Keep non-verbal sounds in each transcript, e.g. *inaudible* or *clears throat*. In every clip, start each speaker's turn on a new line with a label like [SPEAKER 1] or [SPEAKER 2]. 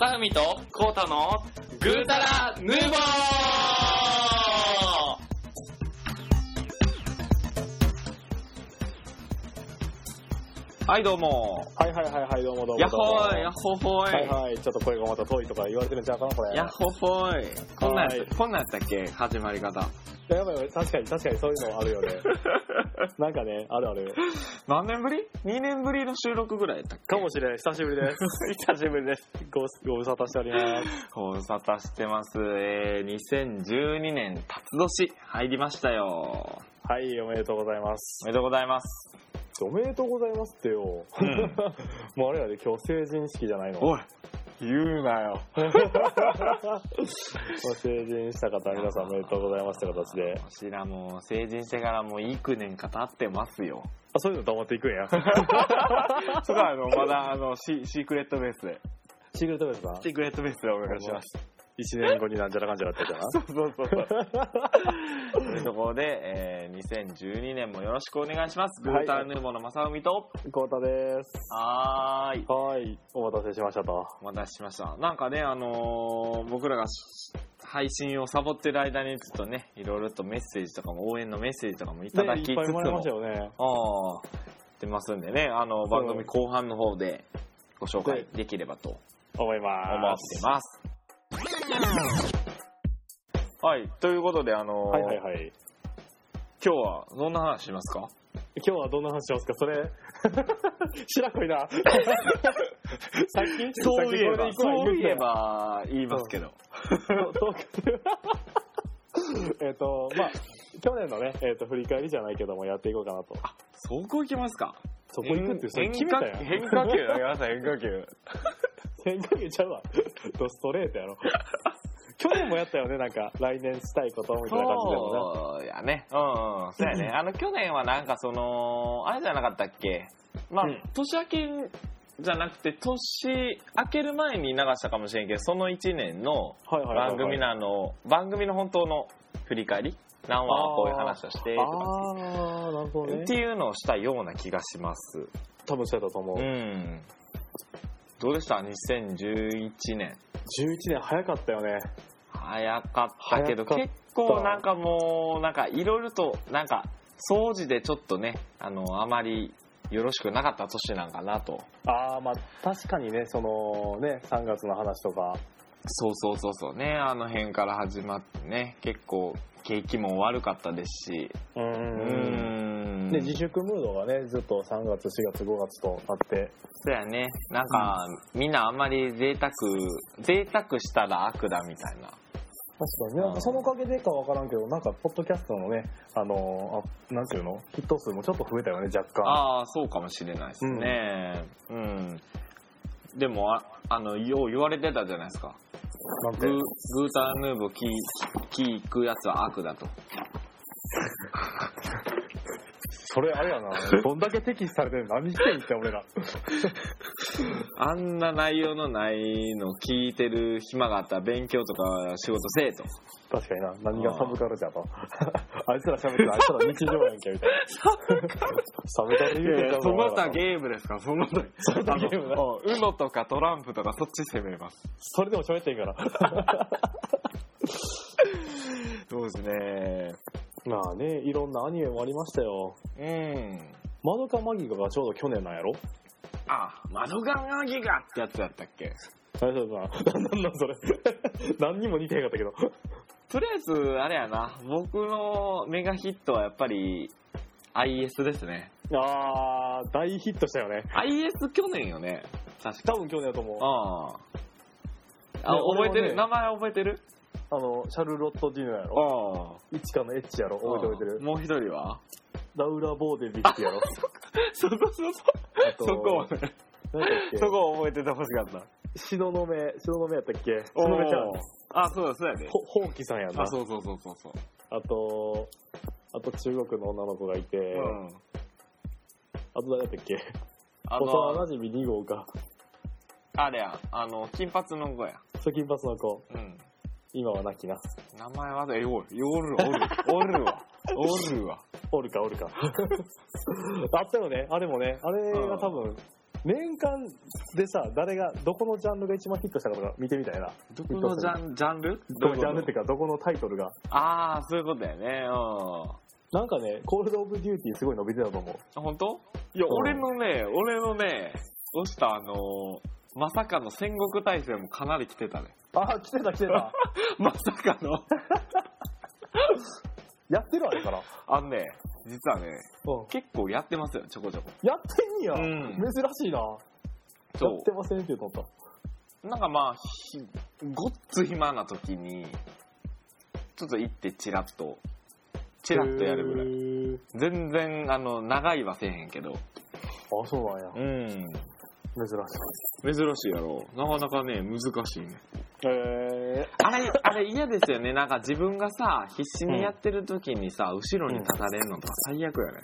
[SPEAKER 1] さふみとコータのぐーたらヌーボーはい、どうも。
[SPEAKER 2] はいはいはいはい、どうもどうも。
[SPEAKER 1] やっほ
[SPEAKER 2] どうも
[SPEAKER 1] ーい、やっほほー
[SPEAKER 2] はい
[SPEAKER 1] い。
[SPEAKER 2] はい、ちょっと声がまた遠いとか言われてるんちゃうかな、これ。
[SPEAKER 1] やっほほーい。こんなんやっ
[SPEAKER 2] は
[SPEAKER 1] たこんなんやったっけ始まり方。
[SPEAKER 2] いややばいやばい、確かに確かにそういうのあるよね。なんかね、あるある。
[SPEAKER 1] 何年ぶり ?2 年ぶりの収録ぐらいやったっけ
[SPEAKER 2] かもしれん、久しぶりです。久しぶりです。ご、ご無沙汰しております。
[SPEAKER 1] ご無沙汰してます。えー、2012年、辰年、入りましたよ。
[SPEAKER 2] はい、おめでとうございます
[SPEAKER 1] お。めでとうございます。
[SPEAKER 2] おめでとうございますってよ。
[SPEAKER 1] うん
[SPEAKER 2] もうあれやで、今日成人式じゃないの。 *laughs*
[SPEAKER 1] おい、言うなよ。
[SPEAKER 2] もう成人した方、皆さんおめでとうございますって形で。
[SPEAKER 1] こちらもう成人してからもう幾年か経ってますよ。
[SPEAKER 2] あ、そういうの黙っていくん *laughs* や。
[SPEAKER 1] *laughs* そこはあの、まだあのシ、シークレットベースで。
[SPEAKER 2] シークレットベースな。 *laughs*
[SPEAKER 1] ークレットベースでお願
[SPEAKER 2] いします。一年後になんじゃらかんじゃらってたな。
[SPEAKER 1] そうそうそうそう。というところで、えー、2012年もよろしくお願いします。グ
[SPEAKER 2] はい
[SPEAKER 1] ータンヌーボーの正海と、
[SPEAKER 2] コータです。
[SPEAKER 1] はーい。
[SPEAKER 2] はい、お待たせしましたと。
[SPEAKER 1] お待たせしました。なんかね、あのー僕らがし配信をサボってる間にちょっとね、いろいろとメッセージとかも、応援のメッセージとかもいただきつ
[SPEAKER 2] ねいっぱい
[SPEAKER 1] つ
[SPEAKER 2] もらいま
[SPEAKER 1] も
[SPEAKER 2] した、よね。
[SPEAKER 1] ああ、出ますんでね、あの、番組後半の方でご紹介できればと
[SPEAKER 2] 思います。
[SPEAKER 1] 思ってます。はい、ということで、あの、
[SPEAKER 2] はいはいはい。
[SPEAKER 1] 今日はどんな話しますか
[SPEAKER 2] 今日はどんな話しますかそれ、 *laughs* 白くい *laughs* な。さっき
[SPEAKER 1] そういえば、
[SPEAKER 2] さっきこれ
[SPEAKER 1] そういえ
[SPEAKER 2] で行
[SPEAKER 1] ば言いますけど。
[SPEAKER 2] く *laughs* わ。えっと、まあ、去年のね、えっと、振り返りじゃないけども、やっていこうかなと。
[SPEAKER 1] そこ行きますか
[SPEAKER 2] そこ行くって、それ
[SPEAKER 1] 変
[SPEAKER 2] 決め
[SPEAKER 1] 化
[SPEAKER 2] たやん。
[SPEAKER 1] 変化
[SPEAKER 2] *laughs*
[SPEAKER 1] 球投げました、変化球。
[SPEAKER 2] 変化球ちゃうわ。ドストレートや
[SPEAKER 1] *laughs*
[SPEAKER 2] ろ。去年もやったよね、なんか、来年したいことみたいな感じでもね。
[SPEAKER 1] そうやね。うん、うん。そうやね。あの、去年はなんかその、あれじゃなかったっけまあ、
[SPEAKER 2] うん
[SPEAKER 1] 年明けじゃなくて、年明ける前に流したかもしれんけど、その1年の
[SPEAKER 2] はいはいはいはい。
[SPEAKER 1] 番組のあの、番組の本当の振り返り何話はこういう話をして、とか
[SPEAKER 2] あー、なるほどね
[SPEAKER 1] って。いうのをしたような気がします。
[SPEAKER 2] 多分そうやったと思う
[SPEAKER 1] う。ん。どうでした ?2011 年。
[SPEAKER 2] 11年早かったよね。
[SPEAKER 1] 早かったけど
[SPEAKER 2] 早かった
[SPEAKER 1] 結構なんかもうなんかいろいろとなんか掃除でちょっとねあのあまりよろしくなかった年なんかなと
[SPEAKER 2] ああ、まあ確かにね、そのね、3月の話とか。
[SPEAKER 1] そうそうそうそうねあの辺から始まってね結構景気も悪かったですし
[SPEAKER 2] う。
[SPEAKER 1] うんん
[SPEAKER 2] で、自粛ムードがね、ずっと3月、4月、5月とあって。
[SPEAKER 1] そうやねなんかみんなあんまり贅沢贅沢したら悪だみたいな
[SPEAKER 2] 確かにね、なんかそのおかげでかわからんけど、なんか、ポッドキャストのね、あのーあ、なんていうのヒット数もちょっと増えたよね、若干。
[SPEAKER 1] ああそうかもしれないですねうん、でもああのよう言われてたじゃないですか
[SPEAKER 2] な
[SPEAKER 1] グ
[SPEAKER 2] んて
[SPEAKER 1] ー。グーターヌーボーキーキー行くやつは悪だと。
[SPEAKER 2] それあれやな、どんだけ敵視されてるの何してんって、俺ら。
[SPEAKER 1] あんな内容のないの聞いてる暇があったら勉強とか仕事せえと。
[SPEAKER 2] 確かにな、何がサブカルじゃと。あいつら喋ってる、あいつら日常やんけ、み *laughs* たいな。サブカル言うて
[SPEAKER 1] *laughs*
[SPEAKER 2] たもんな
[SPEAKER 1] ゲームですから、その他、そ
[SPEAKER 2] の他ゲームだ
[SPEAKER 1] ムウノとかトランプとかそっち攻めます。
[SPEAKER 2] それでも喋ってんから。
[SPEAKER 1] そうですね。
[SPEAKER 2] まあね、いろんなアニメもありましたよ。
[SPEAKER 1] うん。
[SPEAKER 2] マドカマギカがちょうど去年なんやろ
[SPEAKER 1] あ、窓ガンアギガってやつやったっけ
[SPEAKER 2] 大丈夫かななんなんそれ。 *laughs* 何にも似てへんかったけど。
[SPEAKER 1] とりあえず、あれやな、僕のメガヒットはやっぱり IS ですね。
[SPEAKER 2] あー、大ヒットしたよね。
[SPEAKER 1] IS 去年よね。確か。
[SPEAKER 2] 多分去年だと思う。
[SPEAKER 1] ああ。
[SPEAKER 2] ね
[SPEAKER 1] 覚えてる、
[SPEAKER 2] 俺もね
[SPEAKER 1] 名前覚えてる
[SPEAKER 2] あの、シャルロット・ディヌや
[SPEAKER 1] あ
[SPEAKER 2] ろ
[SPEAKER 1] あ。
[SPEAKER 2] イチカのエッチやろ覚えておいてる。
[SPEAKER 1] もう一人は
[SPEAKER 2] ラウラ・ボーデビッチ *laughs* やろ
[SPEAKER 1] *laughs* そうそうそう。
[SPEAKER 2] あと
[SPEAKER 1] そこはね、
[SPEAKER 2] 何だっけ
[SPEAKER 1] そこを覚えててほしかった。
[SPEAKER 2] シノノメ、シノノメやったっけシノノメちゃん。
[SPEAKER 1] あ、そうだ、そうやで。
[SPEAKER 2] ほ、ほうきさんやな。
[SPEAKER 1] あ、
[SPEAKER 2] あ
[SPEAKER 1] そうそうそうそうそう。
[SPEAKER 2] と、あと中国の女の子がいて、
[SPEAKER 1] うん。
[SPEAKER 2] あと誰やったっけ
[SPEAKER 1] あ
[SPEAKER 2] 幼
[SPEAKER 1] の、
[SPEAKER 2] 馴染2号か。
[SPEAKER 1] あれや、あの、金髪の子や。
[SPEAKER 2] そう金髪の子。
[SPEAKER 1] うん。
[SPEAKER 2] 今は亡きな。
[SPEAKER 1] 名前は、え、おる、おる、おる、おるわ。おるわ。
[SPEAKER 2] *laughs* おるかおるか。あったよね、あれもね、あれが多分、年間でさ、誰が、どこのジャンルが一番ヒットしたかとか見てみたいな。
[SPEAKER 1] どこのジャンジャンル
[SPEAKER 2] どこのジャンルって
[SPEAKER 1] う
[SPEAKER 2] いうか、どこのタイトルが。
[SPEAKER 1] ああ、そういうことだよね。うん。
[SPEAKER 2] なんかね、コールドオブデューティーすごい伸びてたと思う。
[SPEAKER 1] あ本当いや、
[SPEAKER 2] うん
[SPEAKER 1] 俺のね、俺のね、押したあのーまさかの戦国大戦もかなり来てたね。
[SPEAKER 2] ああ、来てた来てた。
[SPEAKER 1] まさかの。
[SPEAKER 2] *laughs* やってるあれから。
[SPEAKER 1] あのね、実はね、
[SPEAKER 2] うん。
[SPEAKER 1] 結構やってますよ、ちょこちょこ。
[SPEAKER 2] やってんねや。
[SPEAKER 1] うん
[SPEAKER 2] 珍しいな。や
[SPEAKER 1] そ
[SPEAKER 2] ってませんって言うとった。
[SPEAKER 1] う。なんかまあ、ひごっつ暇な時に、ちょっと行ってチラッと、チラッとやるぐらい。
[SPEAKER 2] い。
[SPEAKER 1] 全然、あの、長いはせえへんけど。
[SPEAKER 2] あ、そうなんや。
[SPEAKER 1] うん。
[SPEAKER 2] 珍し
[SPEAKER 1] 珍しいやろ。なかなかね、難しいね。
[SPEAKER 2] い。へえ
[SPEAKER 1] あれ、あれ嫌ですよね。なんか自分がさ、必死にやってる時にさ、後ろに立たれるのとか最悪やね。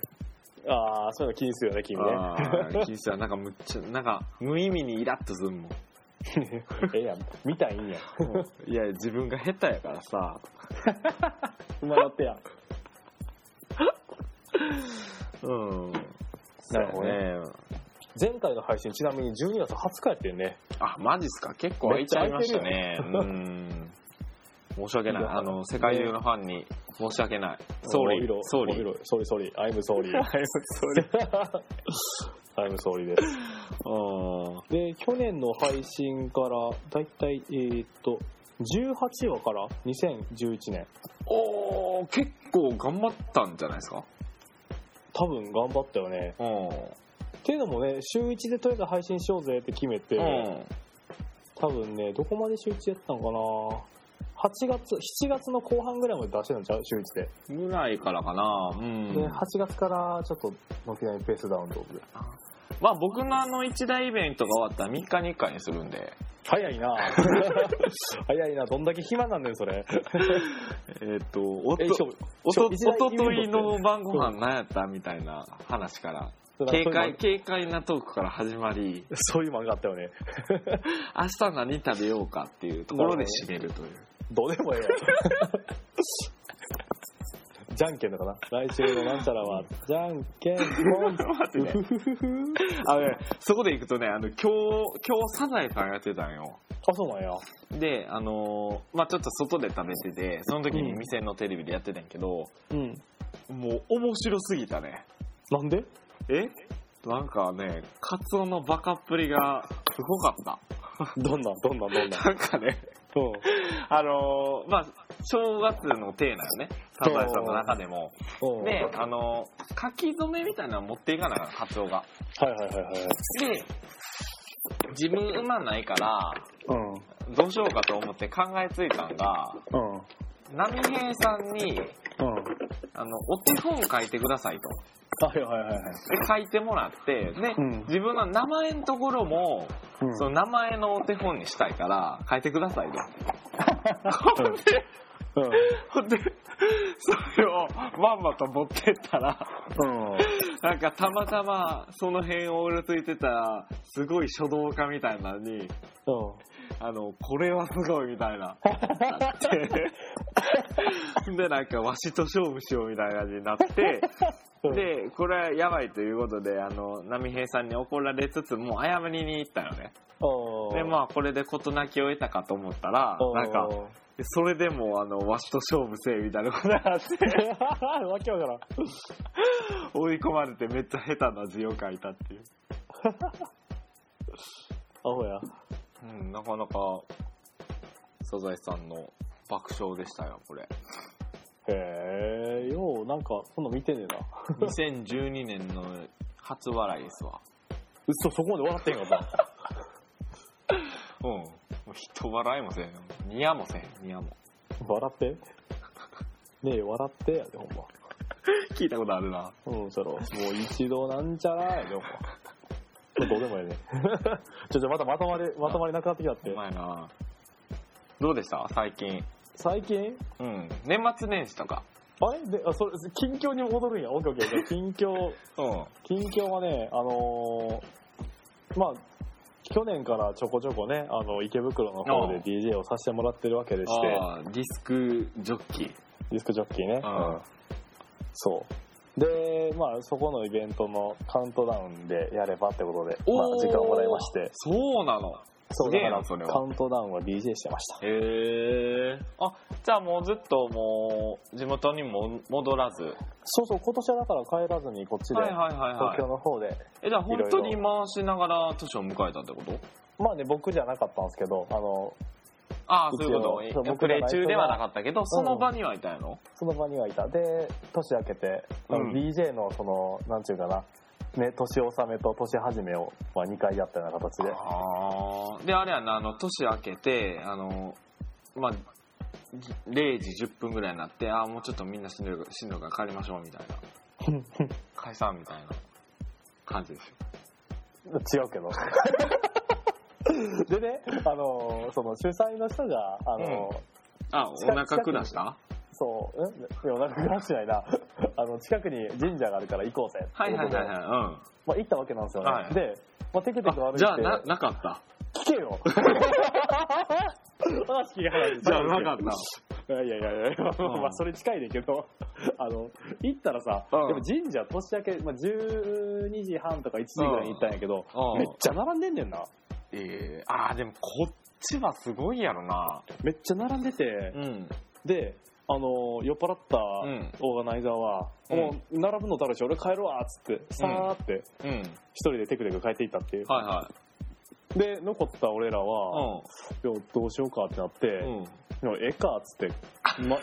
[SPEAKER 2] ー。ああ、そういうの気にするよね、君ね。
[SPEAKER 1] ああ、気にしたらなんかむっちゃ、なんか無意味にイラッとすんもん。
[SPEAKER 2] *laughs* ええやん。見たいんや。
[SPEAKER 1] *laughs* いや、自分が下手やからさ。
[SPEAKER 2] うまなってや。
[SPEAKER 1] うん。
[SPEAKER 2] なるほどね
[SPEAKER 1] ね。
[SPEAKER 2] 前回の配信、ちなみに12月20日やってんね。
[SPEAKER 1] あ、マジっすか結構空いちゃいましたね。うん。申し訳ないい。
[SPEAKER 2] や
[SPEAKER 1] あの、世界中のファンに申し訳ない。総
[SPEAKER 2] お
[SPEAKER 1] 理
[SPEAKER 2] 色、
[SPEAKER 1] 総
[SPEAKER 2] お
[SPEAKER 1] 理。
[SPEAKER 2] 色総理、総理。I'm sorry. I'm sorry です。
[SPEAKER 1] うん
[SPEAKER 2] *laughs* で、去年の配信から、だいたい、えーっと、18話から2011年。
[SPEAKER 1] おー、結構頑張ったんじゃないですか
[SPEAKER 2] 多分頑張ったよね。
[SPEAKER 1] うん。
[SPEAKER 2] っていうのもね、週1でとりあえず配信しようぜって決めて、
[SPEAKER 1] うん。
[SPEAKER 2] 多分ね、どこまで週1やったのかな8月、7月の後半ぐらいまで出してたんちゃう週1で。
[SPEAKER 1] ぐらいからかな。うん。
[SPEAKER 2] で、8月からちょっと、軒並みペースダウンということで。
[SPEAKER 1] まあ僕のあの一大イベントが終わったら3日に1回にするんで。
[SPEAKER 2] 早 *laughs* いな早いなどんだけ暇なんねん、それ。
[SPEAKER 1] えっ、と、お
[SPEAKER 2] え、しょ
[SPEAKER 1] と、おと、
[SPEAKER 2] 一大
[SPEAKER 1] おとと
[SPEAKER 2] イベ
[SPEAKER 1] い
[SPEAKER 2] ントって
[SPEAKER 1] の晩ご飯何やったみたいな話から、
[SPEAKER 2] そうい
[SPEAKER 1] 軽
[SPEAKER 2] うの
[SPEAKER 1] 快、軽快なトークから始まり、
[SPEAKER 2] そういう漫画あったよね。
[SPEAKER 1] 明日何食べようかっていうところで締めるという。
[SPEAKER 2] どうでもええ *laughs* やんじゃんけんのかな来週のなんちゃらは、じゃんけんぽ *laughs*
[SPEAKER 1] *laughs*
[SPEAKER 2] ん。
[SPEAKER 1] 待ってねあね *laughs* そこで行くとね、あの、今日、今日サザエさんやってたんよ。
[SPEAKER 2] あ、そうなんや。
[SPEAKER 1] で、あのーまあちょっと外で食べてて、その時に店のテレビでやってたんやけど、
[SPEAKER 2] うん。
[SPEAKER 1] もう面白すぎたね。
[SPEAKER 2] なんで
[SPEAKER 1] えなんかね、カツオのバカっぷりがすごかった。
[SPEAKER 2] どんなんどんなんどんなん。
[SPEAKER 1] なんかね、
[SPEAKER 2] うん。
[SPEAKER 1] あのーまあ、正月の体なのね、サザエさんの中でも。
[SPEAKER 2] うん
[SPEAKER 1] で、あのー書き初めみたいなの持っていかなかった、カツオが。
[SPEAKER 2] はいはいはいはい。
[SPEAKER 1] で、自分馬ないから、
[SPEAKER 2] うん。
[SPEAKER 1] どうしようかと思って考えついたんが、
[SPEAKER 2] うん。
[SPEAKER 1] 波平さんに、
[SPEAKER 2] うん。
[SPEAKER 1] あの、お手本書いてくださいと。
[SPEAKER 2] はいはいはいはい。
[SPEAKER 1] で、書いてもらって、で、
[SPEAKER 2] うん
[SPEAKER 1] 自分の名前のところも、
[SPEAKER 2] うん
[SPEAKER 1] その名前のお手本にしたいから、書いてくださいと。
[SPEAKER 2] うん。
[SPEAKER 1] ほんで、それをまんまと持ってったら、
[SPEAKER 2] うん。
[SPEAKER 1] なんかたまたまその辺をうろついてた、すごい書道家みたいなのに、
[SPEAKER 2] うん。
[SPEAKER 1] あの、これはすごいみたいな。
[SPEAKER 2] *laughs*
[SPEAKER 1] なってで、なんかわしと勝負しようみたいな感じになって、
[SPEAKER 2] うん、
[SPEAKER 1] で、これはやばいということで、あの、波平さんに怒られつつ、もう謝りに行ったよね。
[SPEAKER 2] うん
[SPEAKER 1] で、まあ、これで事なきを得たかと思ったら、なんか、それでも、あの、わしと勝負せえみたいなことになって、
[SPEAKER 2] うんわけわからん。
[SPEAKER 1] *laughs* 追い込まれてめっちゃ下手な字を書いたっていう。
[SPEAKER 2] アホや。
[SPEAKER 1] うん、なかなか、サザエさんの爆笑でしたよ、こ *laughs* れ。
[SPEAKER 2] へえ、よう、なんか、そんな見てねえな。
[SPEAKER 1] 2012年の初笑いですわ。
[SPEAKER 2] 嘘、そこまで笑ってへんかった。
[SPEAKER 1] うん。もう人笑いもせえへんよ。ニヤもせえへん、ニヤも。
[SPEAKER 2] 笑って。ねえ、笑ってやで、ほんま。
[SPEAKER 1] 聞いたことあるな。
[SPEAKER 2] うん、そろ。もう一度なんちゃらやで、ほんま。どうでもええね。ちょ、ちょ、またまとまり、まとまりなくなってきたっ
[SPEAKER 1] う
[SPEAKER 2] て。
[SPEAKER 1] まいなどうでした最近。
[SPEAKER 2] 最近
[SPEAKER 1] うん。年末年始とか。
[SPEAKER 2] あれで、あ、それ、近況に戻るんや。オッケーオッケーオッケー。近況、
[SPEAKER 1] うん。
[SPEAKER 2] 近況はね、あのーまあ、去年からちょこちょこね、あの、池袋の方で
[SPEAKER 1] ああ
[SPEAKER 2] DJ をさせてもらってるわけでして、
[SPEAKER 1] ああ、ディスクジョッキー。
[SPEAKER 2] ディスクジョッキーね。
[SPEAKER 1] うん
[SPEAKER 2] うんそう。で、まあ、そこのイベントのカウントダウンでやればってことで、まあ
[SPEAKER 1] おー、
[SPEAKER 2] 時間をもらいまして、
[SPEAKER 1] そうなの。
[SPEAKER 2] そ
[SPEAKER 1] す
[SPEAKER 2] う、
[SPEAKER 1] げ
[SPEAKER 2] だ
[SPEAKER 1] え
[SPEAKER 2] か
[SPEAKER 1] な
[SPEAKER 2] ら、
[SPEAKER 1] それは
[SPEAKER 2] カウントダウンは DJ してました。
[SPEAKER 1] へえ。あ、じゃあもうずっともう、地元にも戻らず。
[SPEAKER 2] そうそう、今年はだから帰らずにこっちで、
[SPEAKER 1] はいはいはい
[SPEAKER 2] 東京
[SPEAKER 1] はい。
[SPEAKER 2] の方で、
[SPEAKER 1] え、じゃあ本当に回しながら年を迎えたってこと
[SPEAKER 2] まあね、僕じゃなかったんですけど、あの、
[SPEAKER 1] ああ、
[SPEAKER 2] 一
[SPEAKER 1] そ
[SPEAKER 2] 応
[SPEAKER 1] ういうこ
[SPEAKER 2] そ
[SPEAKER 1] と。
[SPEAKER 2] う僕
[SPEAKER 1] プレイ中では
[SPEAKER 2] が
[SPEAKER 1] なかったけど、その場にはいたんやろ、
[SPEAKER 2] その場にはいた。で、年明けて、
[SPEAKER 1] うん
[SPEAKER 2] DJ のその、なんていうかな、ね、年納めと年始めを、まあ、2回やったような形で。
[SPEAKER 1] ああ。で、あれやな、あの、年明けて、あの、まあ、0時10分ぐらいになって、ああ、もうちょっとみんなしんどいしんどいから帰りましょうみたい
[SPEAKER 2] *laughs*
[SPEAKER 1] な。解散みたいな感じですよ。
[SPEAKER 2] 違うけど。でね、あの、その主催の人が、あの、
[SPEAKER 1] あ、お腹下した
[SPEAKER 2] そう、んいや、お腹がしないな。あの、近くに神社があるから行こうぜ。
[SPEAKER 1] はいはいはい
[SPEAKER 2] い。
[SPEAKER 1] は
[SPEAKER 2] まあ、行ったわけなんですよね。
[SPEAKER 1] はい
[SPEAKER 2] で、まあ、テクテク歩
[SPEAKER 1] い。う
[SPEAKER 2] い
[SPEAKER 1] ん。
[SPEAKER 2] て
[SPEAKER 1] じ、ゃあ、な、なかった。
[SPEAKER 2] 聞け
[SPEAKER 1] *laughs*
[SPEAKER 2] よ話聞け話
[SPEAKER 1] じゃあ、なかった。
[SPEAKER 2] いやいやいやいや、
[SPEAKER 1] うん
[SPEAKER 2] まあそれ近いねんけど、 *laughs* あの、行ったらさ、
[SPEAKER 1] うん
[SPEAKER 2] でも神社年明け、まあ12時半とか1時ぐらいに行ったんやけど、
[SPEAKER 1] うん
[SPEAKER 2] めっちゃ並んでんねんな。
[SPEAKER 1] ええああ、でもこっちはすごいやろな。
[SPEAKER 2] めっちゃ並んでて、
[SPEAKER 1] ん。
[SPEAKER 2] で、あの、酔っ払った
[SPEAKER 1] ん
[SPEAKER 2] オーガナイザーは、
[SPEAKER 1] うん
[SPEAKER 2] もう並ぶのだるし、俺帰るわっつって、さーって
[SPEAKER 1] うん。
[SPEAKER 2] 一人でテクテク帰っていったっていう。
[SPEAKER 1] はいは
[SPEAKER 2] で、残った俺らは、いやどうしようかってなって、
[SPEAKER 1] い。うん。うん。
[SPEAKER 2] でもええかっつって、ま、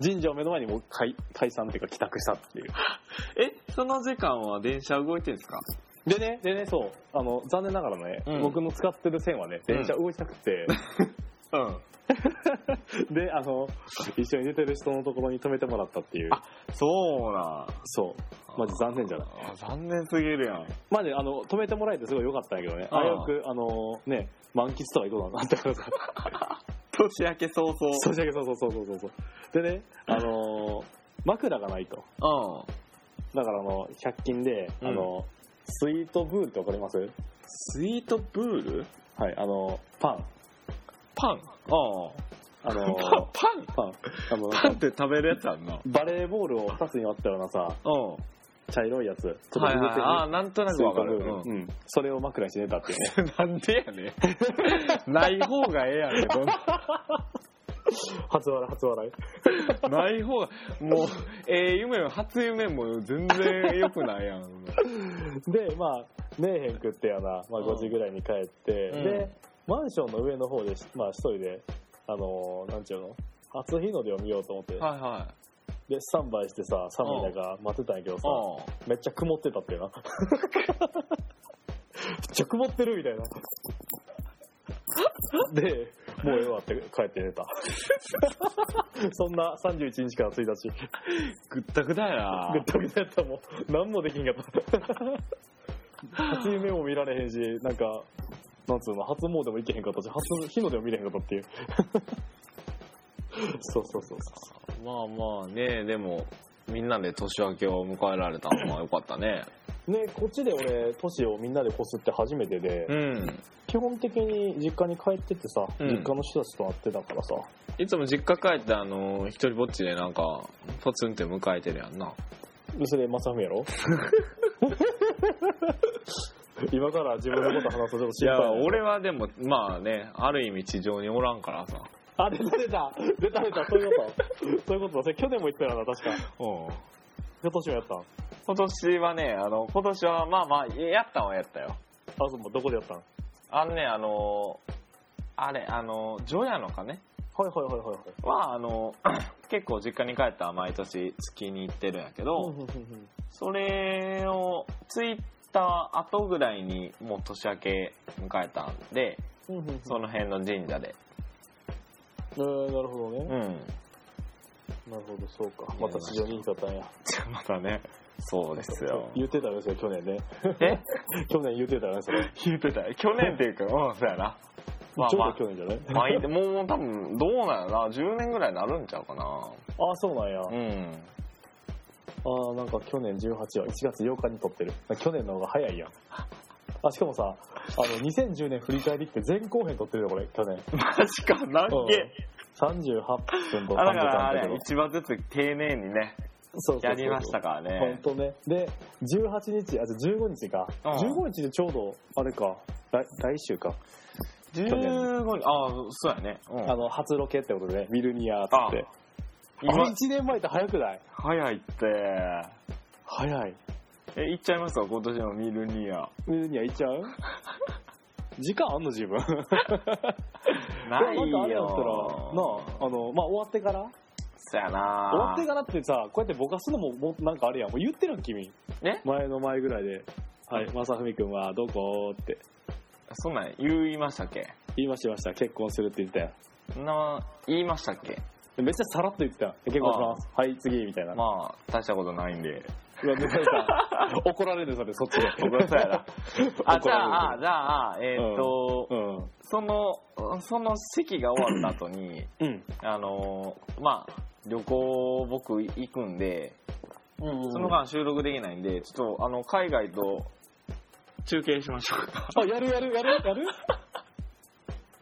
[SPEAKER 2] 神社を目の前にもう解解散っていうか帰宅したっていう。
[SPEAKER 1] え、その時間は電車動いてるんですか
[SPEAKER 2] でね、でね、そう、あの、残念ながらね、
[SPEAKER 1] うん
[SPEAKER 2] 僕の使ってる線はね、電車動いてなくて、
[SPEAKER 1] うん。
[SPEAKER 2] で、あの、一緒に出てる人のところに止めてもらったっていう、
[SPEAKER 1] あそうなん。
[SPEAKER 2] そう、マジ残念じゃない。
[SPEAKER 1] あー残念すぎるやん。
[SPEAKER 2] まあね、あの、止めてもらえてすごい良かったんやけどね、
[SPEAKER 1] あ
[SPEAKER 2] あ
[SPEAKER 1] あ
[SPEAKER 2] よく、あの、ね、満喫とはいこうだなってことだ。
[SPEAKER 1] 年明け早々。
[SPEAKER 2] そうそうそうそうそうそうそう。でね、あの、枕がないと。
[SPEAKER 1] うん。
[SPEAKER 2] だからあの、100均で、あの、スイートブールってわかります
[SPEAKER 1] スイートブール
[SPEAKER 2] はい、あの、パン。
[SPEAKER 1] パン。う
[SPEAKER 2] あの
[SPEAKER 1] ん。、パン、パン
[SPEAKER 2] パン。あの、
[SPEAKER 1] パンって食べるやつあんな。うん。
[SPEAKER 2] バレーボールを2つに割ったようなさ、茶色いやつ、ちょっと
[SPEAKER 1] はいはい。
[SPEAKER 2] 水
[SPEAKER 1] ああー、なんとなくわかる。
[SPEAKER 2] 水
[SPEAKER 1] う
[SPEAKER 2] 分
[SPEAKER 1] ん
[SPEAKER 2] うん。それを枕にして寝たっていうね。
[SPEAKER 1] なん *laughs* でやねんない方がええやんけどん
[SPEAKER 2] *laughs* *laughs* 初笑い、初笑い。
[SPEAKER 1] なない方がもうええ夢も初夢も全然良くない
[SPEAKER 2] *laughs*
[SPEAKER 1] やん
[SPEAKER 2] で、まあ、ねえへんくってやな、まあ
[SPEAKER 1] うん
[SPEAKER 2] 5時ぐらいに帰って、
[SPEAKER 1] うん
[SPEAKER 2] で、マンションの上の方で、まあ一人で、あのーなんちゅうの初日の出を見ようと思って、
[SPEAKER 1] はいは
[SPEAKER 2] で、スタンバイしてさ、寒い中待ってたんやけどさ、
[SPEAKER 1] い
[SPEAKER 2] めっちゃ曇ってたっていうな。 *laughs* めっちゃ曇ってるみたいな。で、もうええわって帰って寝 *laughs* た。そんな31日から1日。
[SPEAKER 1] うんぐったぐだやな
[SPEAKER 2] ぐったぐたやったもん。何もできんかった。初夢も見られへんし、なんか、なんつうの、初詣も行けへんかったし、初日の出も見れへんかったっていう。 *laughs* そうそうそうそ
[SPEAKER 1] まあまあねでもみんなで年明けを迎えられたのは良かったね
[SPEAKER 2] う。ねこっちで俺、年をみんなで越すって初めてで、
[SPEAKER 1] うん
[SPEAKER 2] 基本的に実家に帰っててさ、
[SPEAKER 1] うん
[SPEAKER 2] 実家の人たちと会ってたからさ
[SPEAKER 1] いつも実家帰ってあの一人ぼっちでなんかポツンって迎えてるやんな
[SPEAKER 2] それ正文や *laughs* ろ今から自分のこと話すとちょっと
[SPEAKER 1] い
[SPEAKER 2] 心配
[SPEAKER 1] や
[SPEAKER 2] だね
[SPEAKER 1] 俺はでもまあねある意味地上におらんからさ
[SPEAKER 2] あ出た出た出た出たそういうことそういうことだそれ去年も言ったよな確か
[SPEAKER 1] うん
[SPEAKER 2] 今年もやったんあ
[SPEAKER 1] 今年はね、あの、今年はまあまあ、やったんはやったよ。
[SPEAKER 2] そうどこでやったんはい
[SPEAKER 1] あのね、あの、あれ、あの、除夜の鐘
[SPEAKER 2] はいはいはいはい
[SPEAKER 1] は、あの、 *clears throat* 結構実家に帰ったら毎年月に行ってるんやけど、
[SPEAKER 2] うんうんうん
[SPEAKER 1] それを着いた後ぐらいにもう年明け迎えたんで、
[SPEAKER 2] うんうんうん
[SPEAKER 1] その辺の神社で。
[SPEAKER 2] えーなるほどね、
[SPEAKER 1] うん。
[SPEAKER 2] なるほどそうかまた市場に行きだったんや
[SPEAKER 1] じゃあまたね、そうですよ。
[SPEAKER 2] 言ってたよねそれ去年ね
[SPEAKER 1] え
[SPEAKER 2] *laughs* 去年言ってたよねそれ
[SPEAKER 1] *laughs* 言ってた去年っていうか、うん、そうやな。まあ
[SPEAKER 2] ちょ
[SPEAKER 1] ま
[SPEAKER 2] う
[SPEAKER 1] あ
[SPEAKER 2] ど去年じゃない、
[SPEAKER 1] 毎年もう多分、どうなんやろな、10年ぐらいになるんちゃうかな。
[SPEAKER 2] *laughs* ああそうなんや、
[SPEAKER 1] うん。
[SPEAKER 2] ああなんか去年18は1月8日に撮ってる去年の方が早いやんあしかもさあの2010年振り返りって前後編撮ってるよこれ去年
[SPEAKER 1] マジか、なん
[SPEAKER 2] うん
[SPEAKER 1] げ。
[SPEAKER 2] 38分と
[SPEAKER 1] あだからあ
[SPEAKER 2] 33
[SPEAKER 1] れ
[SPEAKER 2] 分、
[SPEAKER 1] 一話ずつ丁寧にね、
[SPEAKER 2] そうそうそう
[SPEAKER 1] やりましたからね。
[SPEAKER 2] 本当ね。で、18日、あ、じゃあ15日か。
[SPEAKER 1] うん
[SPEAKER 2] 15日でちょうど、あれか、来来週か、
[SPEAKER 1] 15人、ああ、そうやね。うん
[SPEAKER 2] あの、初ロケってことで、ミルニアっ
[SPEAKER 1] あ
[SPEAKER 2] て。あれ
[SPEAKER 1] 今
[SPEAKER 2] 1年前って早くない
[SPEAKER 1] 早いって。
[SPEAKER 2] 早い。
[SPEAKER 1] え、行っちゃいますか今年のミルニア。
[SPEAKER 2] ミルニア行っ
[SPEAKER 1] *laughs*
[SPEAKER 2] ちゃう時間あんの自分。 *laughs*
[SPEAKER 1] ない
[SPEAKER 2] でもなんかあれやったら、
[SPEAKER 1] よ。
[SPEAKER 2] なあ、あの、まあ、終わってから
[SPEAKER 1] そうやな
[SPEAKER 2] 終わってからってさ、こうやってぼかすのも、もうなんかあれやん。もう言ってるん君。
[SPEAKER 1] え
[SPEAKER 2] 前の前ぐらいで、はい、まさふみくんはどこって
[SPEAKER 1] そんなん言いましたっけ
[SPEAKER 2] 言いました、言いました。結婚するって言ったやん。
[SPEAKER 1] そんな、言いましたっけ
[SPEAKER 2] めっちゃさらっと言ってたよ結婚しますはい次みたいな、
[SPEAKER 1] まあ、大したことないんで。
[SPEAKER 2] うわでもさ怒られるそれそっちで
[SPEAKER 1] ごめんなさいな。あ、じ
[SPEAKER 2] 怒
[SPEAKER 1] ゃ
[SPEAKER 2] ら
[SPEAKER 1] あ、
[SPEAKER 2] れ
[SPEAKER 1] あじゃあ、えーっと、
[SPEAKER 2] るうん
[SPEAKER 1] その、その席が終わった後に、
[SPEAKER 2] うん
[SPEAKER 1] あのーまあ、旅行僕行くんで、
[SPEAKER 2] うん
[SPEAKER 1] その間収録できないんで、ちょっと、あの、海外と中継しましょう
[SPEAKER 2] *laughs*
[SPEAKER 1] か。
[SPEAKER 2] あやるやるやるやる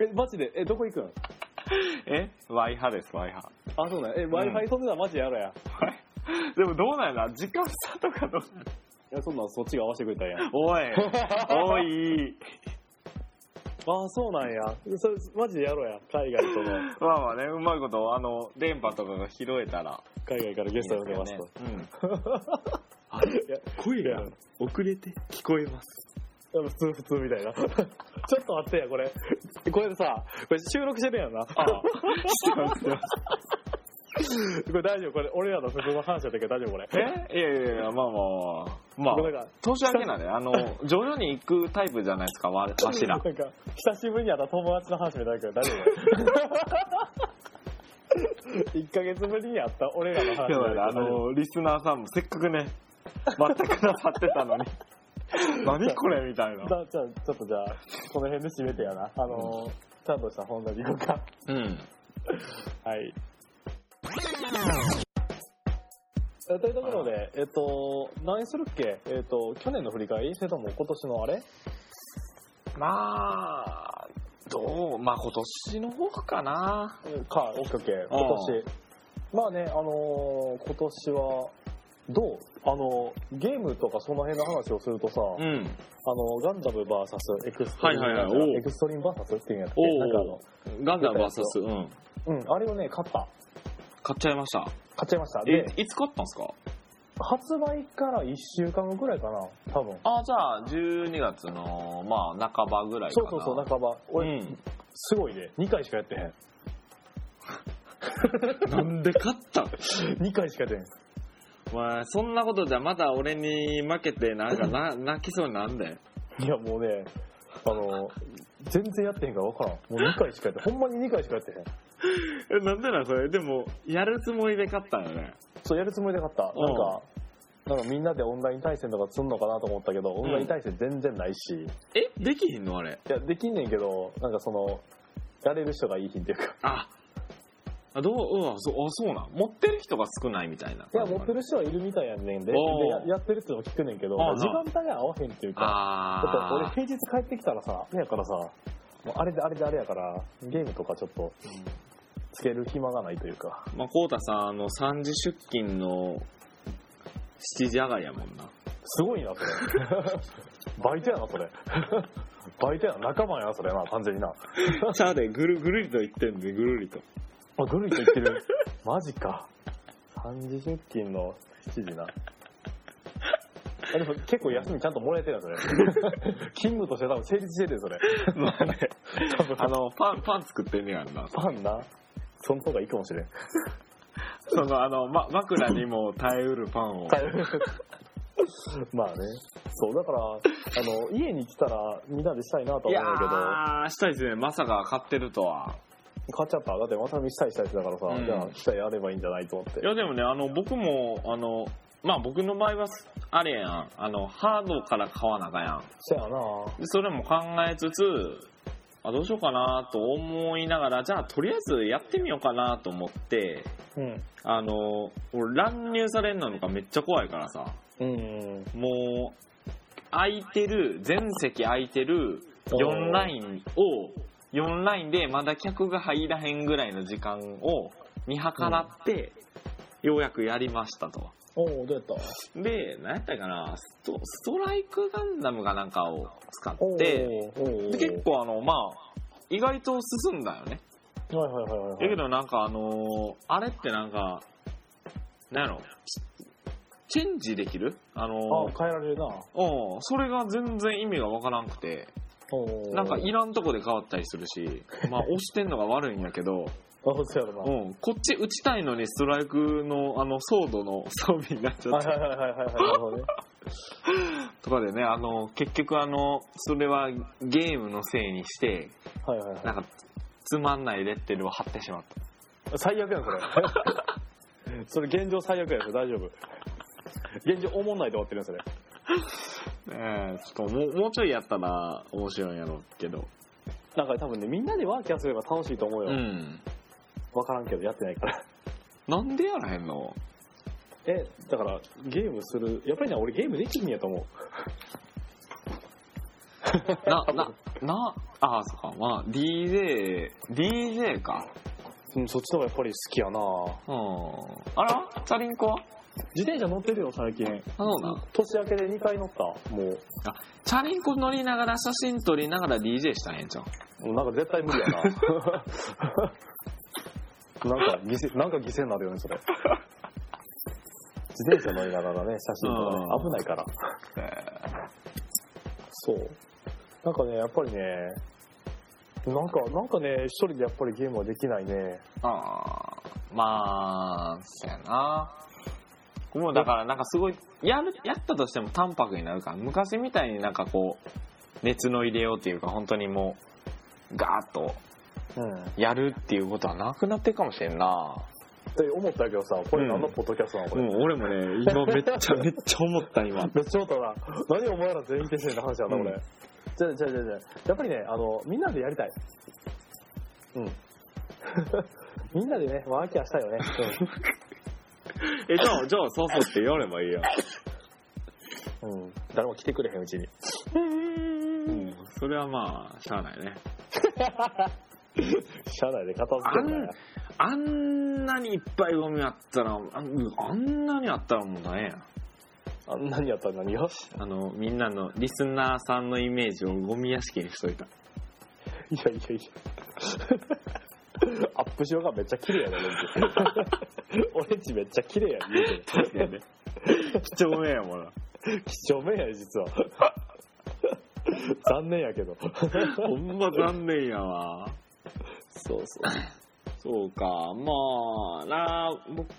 [SPEAKER 2] えマジでえどこ行くん
[SPEAKER 1] えワイ派です、ワイ派。
[SPEAKER 2] あそうなんやえ w i f i 飛んでたらマジでやろうやい
[SPEAKER 1] でもどうなんやな時間差と
[SPEAKER 2] *laughs*
[SPEAKER 1] かどうなんや
[SPEAKER 2] やそんなんそっちが合わせてくれたんや
[SPEAKER 1] おい、おい、
[SPEAKER 2] あそうなんやそれマジでやろうや海外との
[SPEAKER 1] まあまあね、うまいこと、あの、電波とかが拾えたら
[SPEAKER 2] 海外か
[SPEAKER 1] い
[SPEAKER 2] らゲ
[SPEAKER 1] い
[SPEAKER 2] ス
[SPEAKER 1] です
[SPEAKER 2] トを
[SPEAKER 1] よね。
[SPEAKER 2] 呼べますと
[SPEAKER 1] うん
[SPEAKER 2] いや声が
[SPEAKER 1] 遅れて聞こえます。
[SPEAKER 2] 普通普通みたいな *laughs* ちょっと待ってやこれこれさこれ収録してるやんな
[SPEAKER 1] あ、
[SPEAKER 2] *laughs* これ大丈夫これ俺らの普通の話だったけど大丈夫これ
[SPEAKER 1] えいやいやいや、まあまあまあ。ま
[SPEAKER 2] これ
[SPEAKER 1] あ、
[SPEAKER 2] なんか
[SPEAKER 1] 年明けなんで、あの、徐々に行くタイプじゃないですか、わわしら。
[SPEAKER 2] なんか、久しぶりに会った友達の話みたいだけど、大丈 *laughs* 夫 ?1 ヶ月ぶりに会った俺らの
[SPEAKER 1] 今
[SPEAKER 2] 話
[SPEAKER 1] 日はねあ
[SPEAKER 2] みたいだけど
[SPEAKER 1] の、リスナーさんもせっかくね、待ってくださってたの *laughs* に、何これみたいな。
[SPEAKER 2] 大丈夫だじゃあ、ちょっとじゃあ、この辺で締めてやな。あのー、ちゃんとした本題で行こうか。
[SPEAKER 1] うん。
[SPEAKER 2] はい。えというところで、えっと、何するっけえっと、去年の振り返りそれとも今年のあれ
[SPEAKER 1] まあ、どう、まあ今年の方かな。
[SPEAKER 2] か、オッケーオッケー、今年。まあね、あのー今年は、どうあのーゲームとかその辺の話をするとさ、
[SPEAKER 1] うん。
[SPEAKER 2] あの、ガンダム VS エクストリーム、
[SPEAKER 1] はいはいはいおう
[SPEAKER 2] エクストリーム VS っていうんやって、
[SPEAKER 1] おうおう
[SPEAKER 2] なんかあの、
[SPEAKER 1] ガンダム VS、うん。
[SPEAKER 2] うん、あれをね、買った。
[SPEAKER 1] 買っちゃいました。
[SPEAKER 2] 買っちゃいました。
[SPEAKER 1] え
[SPEAKER 2] で、、
[SPEAKER 1] いつ買ったんですか
[SPEAKER 2] 発売から1週間後くらいかな、多分。
[SPEAKER 1] あ、じゃあ、12月の、まあ、半ばぐらいか
[SPEAKER 2] そ
[SPEAKER 1] な。
[SPEAKER 2] うそうそう、半ば。俺、
[SPEAKER 1] うん。
[SPEAKER 2] すごいね。2回しかやってへん。
[SPEAKER 1] なんで買った
[SPEAKER 2] 2回しかやってへん。
[SPEAKER 1] まあ、そんなことじゃまだ俺に負けて、なんかな、 *laughs* 泣きそうになんで。
[SPEAKER 2] いや、もうね、あの、全然やってへんから分からん。もう2回しかやって、ほんまに2回しかやってへん。
[SPEAKER 1] え、なんでなんそれ。でも、やるつもりで買ったんよね。
[SPEAKER 2] そう、やるつもりで買った。なんか、なんかみんなでオンライン対戦とかすんのかなと思ったけど、オンライン対戦全然ないし、い
[SPEAKER 1] え、できひんのあれ。
[SPEAKER 2] や、できんねんけど、なんかその、やれる人がいい日っていうか、
[SPEAKER 1] あ、あどう、うん、そう、あ、そうなん。持ってる人が少ないみたいな。
[SPEAKER 2] いや、持ってる人はいるみたいやねんで、で
[SPEAKER 1] おー
[SPEAKER 2] ややってるってのも聞くねんけど、
[SPEAKER 1] あー
[SPEAKER 2] 時間帯が合わへんっていうか、だっ
[SPEAKER 1] あ
[SPEAKER 2] て俺
[SPEAKER 1] あ。
[SPEAKER 2] 平日帰ってきたらさ、あれやからさ、もうあれであれであれやから、ゲームとかちょっとつける暇がないというか、
[SPEAKER 1] まあ、こうたさん、あの、3時出勤の7時上がりやもんな。
[SPEAKER 2] すごい *laughs* な、それ。バイトやな、それ。バイトやな、仲間やな、それな、完全にな。
[SPEAKER 1] シャーでぐるぐるりと言ってんで、ぐるりと。
[SPEAKER 2] あ、グルリと言っ
[SPEAKER 1] *laughs*
[SPEAKER 2] てる。マジか。3時出勤の7時な。あでも結構休みちゃんともらえてる
[SPEAKER 1] *laughs*
[SPEAKER 2] よ、それ。勤務として多分成立してるよ、それ。
[SPEAKER 1] まあね、
[SPEAKER 2] 多分
[SPEAKER 1] あの、パン、パン作ってんねやんな。
[SPEAKER 2] パンな。その方がいいかもしれん。
[SPEAKER 1] その、あの、ま、枕にも耐えうるパンを。
[SPEAKER 2] *laughs* まあね。そう、だから、あの、家に来たらみんなでしたいなとは思
[SPEAKER 1] いや
[SPEAKER 2] うんだけど、
[SPEAKER 1] ー、したいですね。まさか買ってるとは。
[SPEAKER 2] 買っちゃった。だってまさみしたいしたいってだからさ、
[SPEAKER 1] うん
[SPEAKER 2] じゃあ来たらやればいいんじゃないと思って
[SPEAKER 1] い。や、でもね、あの、僕も、あの、まあ、僕の場合は、あれやん。あの、ハードから買わなあかんやん。
[SPEAKER 2] そやな
[SPEAKER 1] でそれも考えつつ、あ、どうしようかなと思いながら、じゃあ、とりあえずやってみようかなと思って、
[SPEAKER 2] うん。
[SPEAKER 1] あの、俺乱入されんのがめっちゃ怖いからさ、
[SPEAKER 2] うん。
[SPEAKER 1] もう、空いてる、全席空いてる
[SPEAKER 2] おー
[SPEAKER 1] 4ラインを、4ラインでまだ客が入らへんぐらいの時間を見計らって、ようやくやりましたと。
[SPEAKER 2] おおどうやった
[SPEAKER 1] で、何やったかなスト、ストライクガンダムかなんかを使っ
[SPEAKER 2] お
[SPEAKER 1] て、
[SPEAKER 2] おお
[SPEAKER 1] で結構あの、まあ、意外と進んだよね。
[SPEAKER 2] はいはいはいはい、はい、
[SPEAKER 1] だけどなんかあのーあれってなんか、なんやろ、チチェンジできるあのー
[SPEAKER 2] あ変えられるな
[SPEAKER 1] うん、それが全然意味がわからんくて、
[SPEAKER 2] おお
[SPEAKER 1] なんかいらんとこで変わったりする *laughs* し、まあ押してんのが悪いんやけど、
[SPEAKER 2] あそうやろな、
[SPEAKER 1] うん、こっち打ちたいのにストライクのあのソードの装備になっちゃっ
[SPEAKER 2] はい
[SPEAKER 1] て
[SPEAKER 2] はいはいはいはいなるほどね
[SPEAKER 1] とかでね、あの、結局あの、それはゲームのせいにして、
[SPEAKER 2] はいはいはい
[SPEAKER 1] なんか、つまんないレッテルを貼ってしまった。
[SPEAKER 2] 最悪やんそれ *laughs* それ現状最悪やんそれ大丈夫現状おもんないで終わってるやんそれ
[SPEAKER 1] ええちょっともう、もうちょいやったら面白いんやろうけど。
[SPEAKER 2] なんか多分ねみんなでワーキャーすれば楽しいと思うよ、
[SPEAKER 1] う
[SPEAKER 2] わ
[SPEAKER 1] ん。
[SPEAKER 2] からんけどやってないから
[SPEAKER 1] なんでやらへんの
[SPEAKER 2] えだからゲームするやっぱりね俺ゲームできんやと思
[SPEAKER 1] な、な、な、ああ、そっか、まあ、DJ、DJ か。
[SPEAKER 2] う、うん、そっちの方がやっぱり好きやな
[SPEAKER 1] うん。あらチャリンコは
[SPEAKER 2] 自転車乗ってるよ最近
[SPEAKER 1] あそうなん。
[SPEAKER 2] 年明けで2回乗ったもう
[SPEAKER 1] チャリンコ乗りながら写真撮りながら DJ したらええんちゃう
[SPEAKER 2] もうなんか絶対無理やな *laughs* なんか犠牲なんか犠牲になるよねそれ自転車乗りながらね写真撮ら
[SPEAKER 1] うん
[SPEAKER 2] ない危ないからそうなんかねやっぱりねなんかなんかね一人でやっぱりゲームはできないね
[SPEAKER 1] ああ、まあ、そやな。もうだからなんかすごい、やる、やったとしても淡白になるから、昔みたいになんかこう、熱の入れようっていうか、本当にもう、ガーッと
[SPEAKER 2] うん
[SPEAKER 1] やるっていうことはなくなってるかもしれんな。
[SPEAKER 2] って思ったけどさこれ何のポッドキャストなのこれ、
[SPEAKER 1] ん、俺もね、今めっちゃ、めっちゃ思った今。
[SPEAKER 2] めっ *laughs* ちゃ思ったな何お前ら全員決心の話やなこ
[SPEAKER 1] う
[SPEAKER 2] れじゃあじゃあじゃあじゃあやっぱりねあのみんなでやりたいうん *laughs* みんなでねワーキャーしたいよ *laughs* ね、
[SPEAKER 1] *laughs* え、じゃあ、じゃあ、そうそうってやればいいやん。
[SPEAKER 2] うん誰も来てくれへんうちに
[SPEAKER 1] *laughs* うん、それはまあ、しゃあないね。
[SPEAKER 2] 車内で片付けるから
[SPEAKER 1] あんなにいっぱいゴミあったら、あんあんなにあったらもうなんや。
[SPEAKER 2] あ何やったら何が
[SPEAKER 1] あの、みんなの、リスナーさんのイメージをゴミ屋敷にしとい *laughs* た。
[SPEAKER 2] いやいやい *laughs* や。アップしようがめっちゃ綺 *laughs* 麗やね、俺んち。俺んちめっちゃ綺麗やね、言うてる
[SPEAKER 1] 貴重面やもんな。
[SPEAKER 2] 貴重面やね、実 *laughs* は。残念やけど。
[SPEAKER 1] ほんま残念やわ。
[SPEAKER 2] そうそう。
[SPEAKER 1] そうか、まあ、な、僕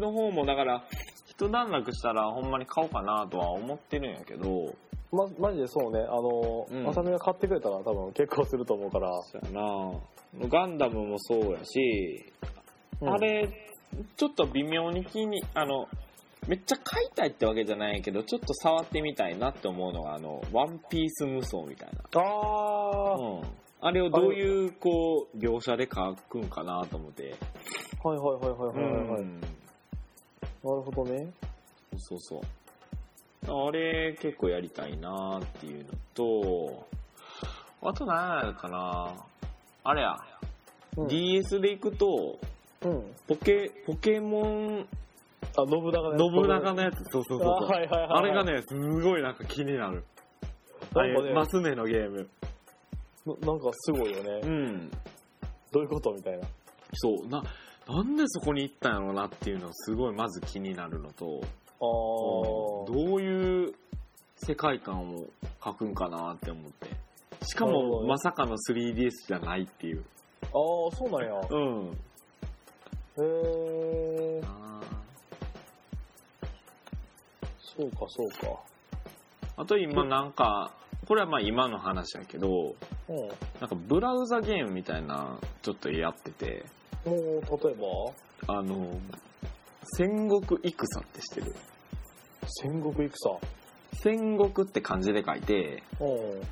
[SPEAKER 1] の方もだから、一段落したらほんまに買おうかなとは思ってるんやけど、
[SPEAKER 2] ま、マジでそうね、あの、
[SPEAKER 1] うん
[SPEAKER 2] まさみが買ってくれたら多分結構すると思うから。
[SPEAKER 1] そうやな、ガンダムもそうやし、
[SPEAKER 2] うん
[SPEAKER 1] あれ、ちょっと微妙に気に、あの、めっちゃ買いたいってわけじゃないけど、ちょっと触ってみたいなって思うのが、あの、ワンピース無双みたいな。
[SPEAKER 2] あー、
[SPEAKER 1] うん、あれをどういうこう描写で描くんかなと思って、
[SPEAKER 2] はいはいはいはいはいはい、なる
[SPEAKER 1] ん
[SPEAKER 2] ほどね。
[SPEAKER 1] そうそうあれ結構やりたいなっていうのとあと何やるかなあれや、
[SPEAKER 2] うん
[SPEAKER 1] DS で行くと
[SPEAKER 2] うん。
[SPEAKER 1] ポケポケモン
[SPEAKER 2] あ、信長ね。
[SPEAKER 1] 信長のやつそうそうそう
[SPEAKER 2] あ、
[SPEAKER 1] そう
[SPEAKER 2] はいはいはい。
[SPEAKER 1] あれが、ねすごいなんか気になるあ
[SPEAKER 2] なん
[SPEAKER 1] れ
[SPEAKER 2] かね、
[SPEAKER 1] マス目のゲーム
[SPEAKER 2] ななんかすごいよね。
[SPEAKER 1] うん
[SPEAKER 2] どういうことみたいな。
[SPEAKER 1] そうななんでそこに行ったんやろうなっていうのすごいまず気になるのと
[SPEAKER 2] あ
[SPEAKER 1] ど
[SPEAKER 2] ー。
[SPEAKER 1] ういう世界観を描くんかなって思って。しか
[SPEAKER 2] なるほ
[SPEAKER 1] も、
[SPEAKER 2] どね
[SPEAKER 1] まさかの 3DS じゃないっていう。
[SPEAKER 2] あー、そうなんや。へ
[SPEAKER 1] うん。
[SPEAKER 2] え。そうか、そうか。
[SPEAKER 1] あと今なんか、これはまあ今の話やけど、
[SPEAKER 2] うん。
[SPEAKER 1] なんかブラウザゲームみたいな、ちょっとやってて、
[SPEAKER 2] もう、例えば
[SPEAKER 1] あの、戦国戦ってしてる。
[SPEAKER 2] 戦国戦。
[SPEAKER 1] 戦国って漢字で書いて、
[SPEAKER 2] うん。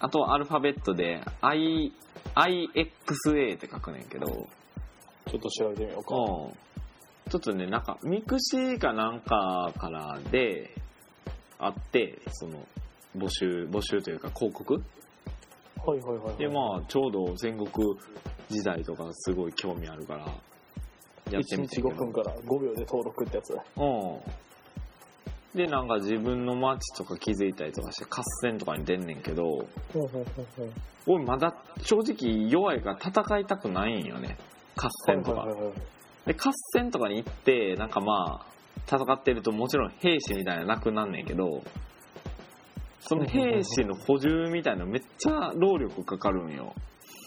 [SPEAKER 1] あとアルファベットで I、IXA って書くねんけど、
[SPEAKER 2] ちょっと調べてみようか。
[SPEAKER 1] うん。ちょっとね、なんか、ミクシーかなんかからで、あって、その、募集、募集というか広告
[SPEAKER 2] はいはいはいはい。
[SPEAKER 1] で、まあ、ちょうど戦国時代とかすごい興味あるから、やってみて
[SPEAKER 2] 1日5分から5秒で登録ってやつ。
[SPEAKER 1] うん。で、なんか自分の街とか気づいたりとかして、合戦とかに出んねんけど、俺まだ正直弱いから戦いたくないんよね。合戦とか。で、合戦とかに行って、なんかまあ、戦ってるともちろん兵士みたいなのなくなんねんけど、その兵士の補充みたいなのめっちゃ労力かかるんよ。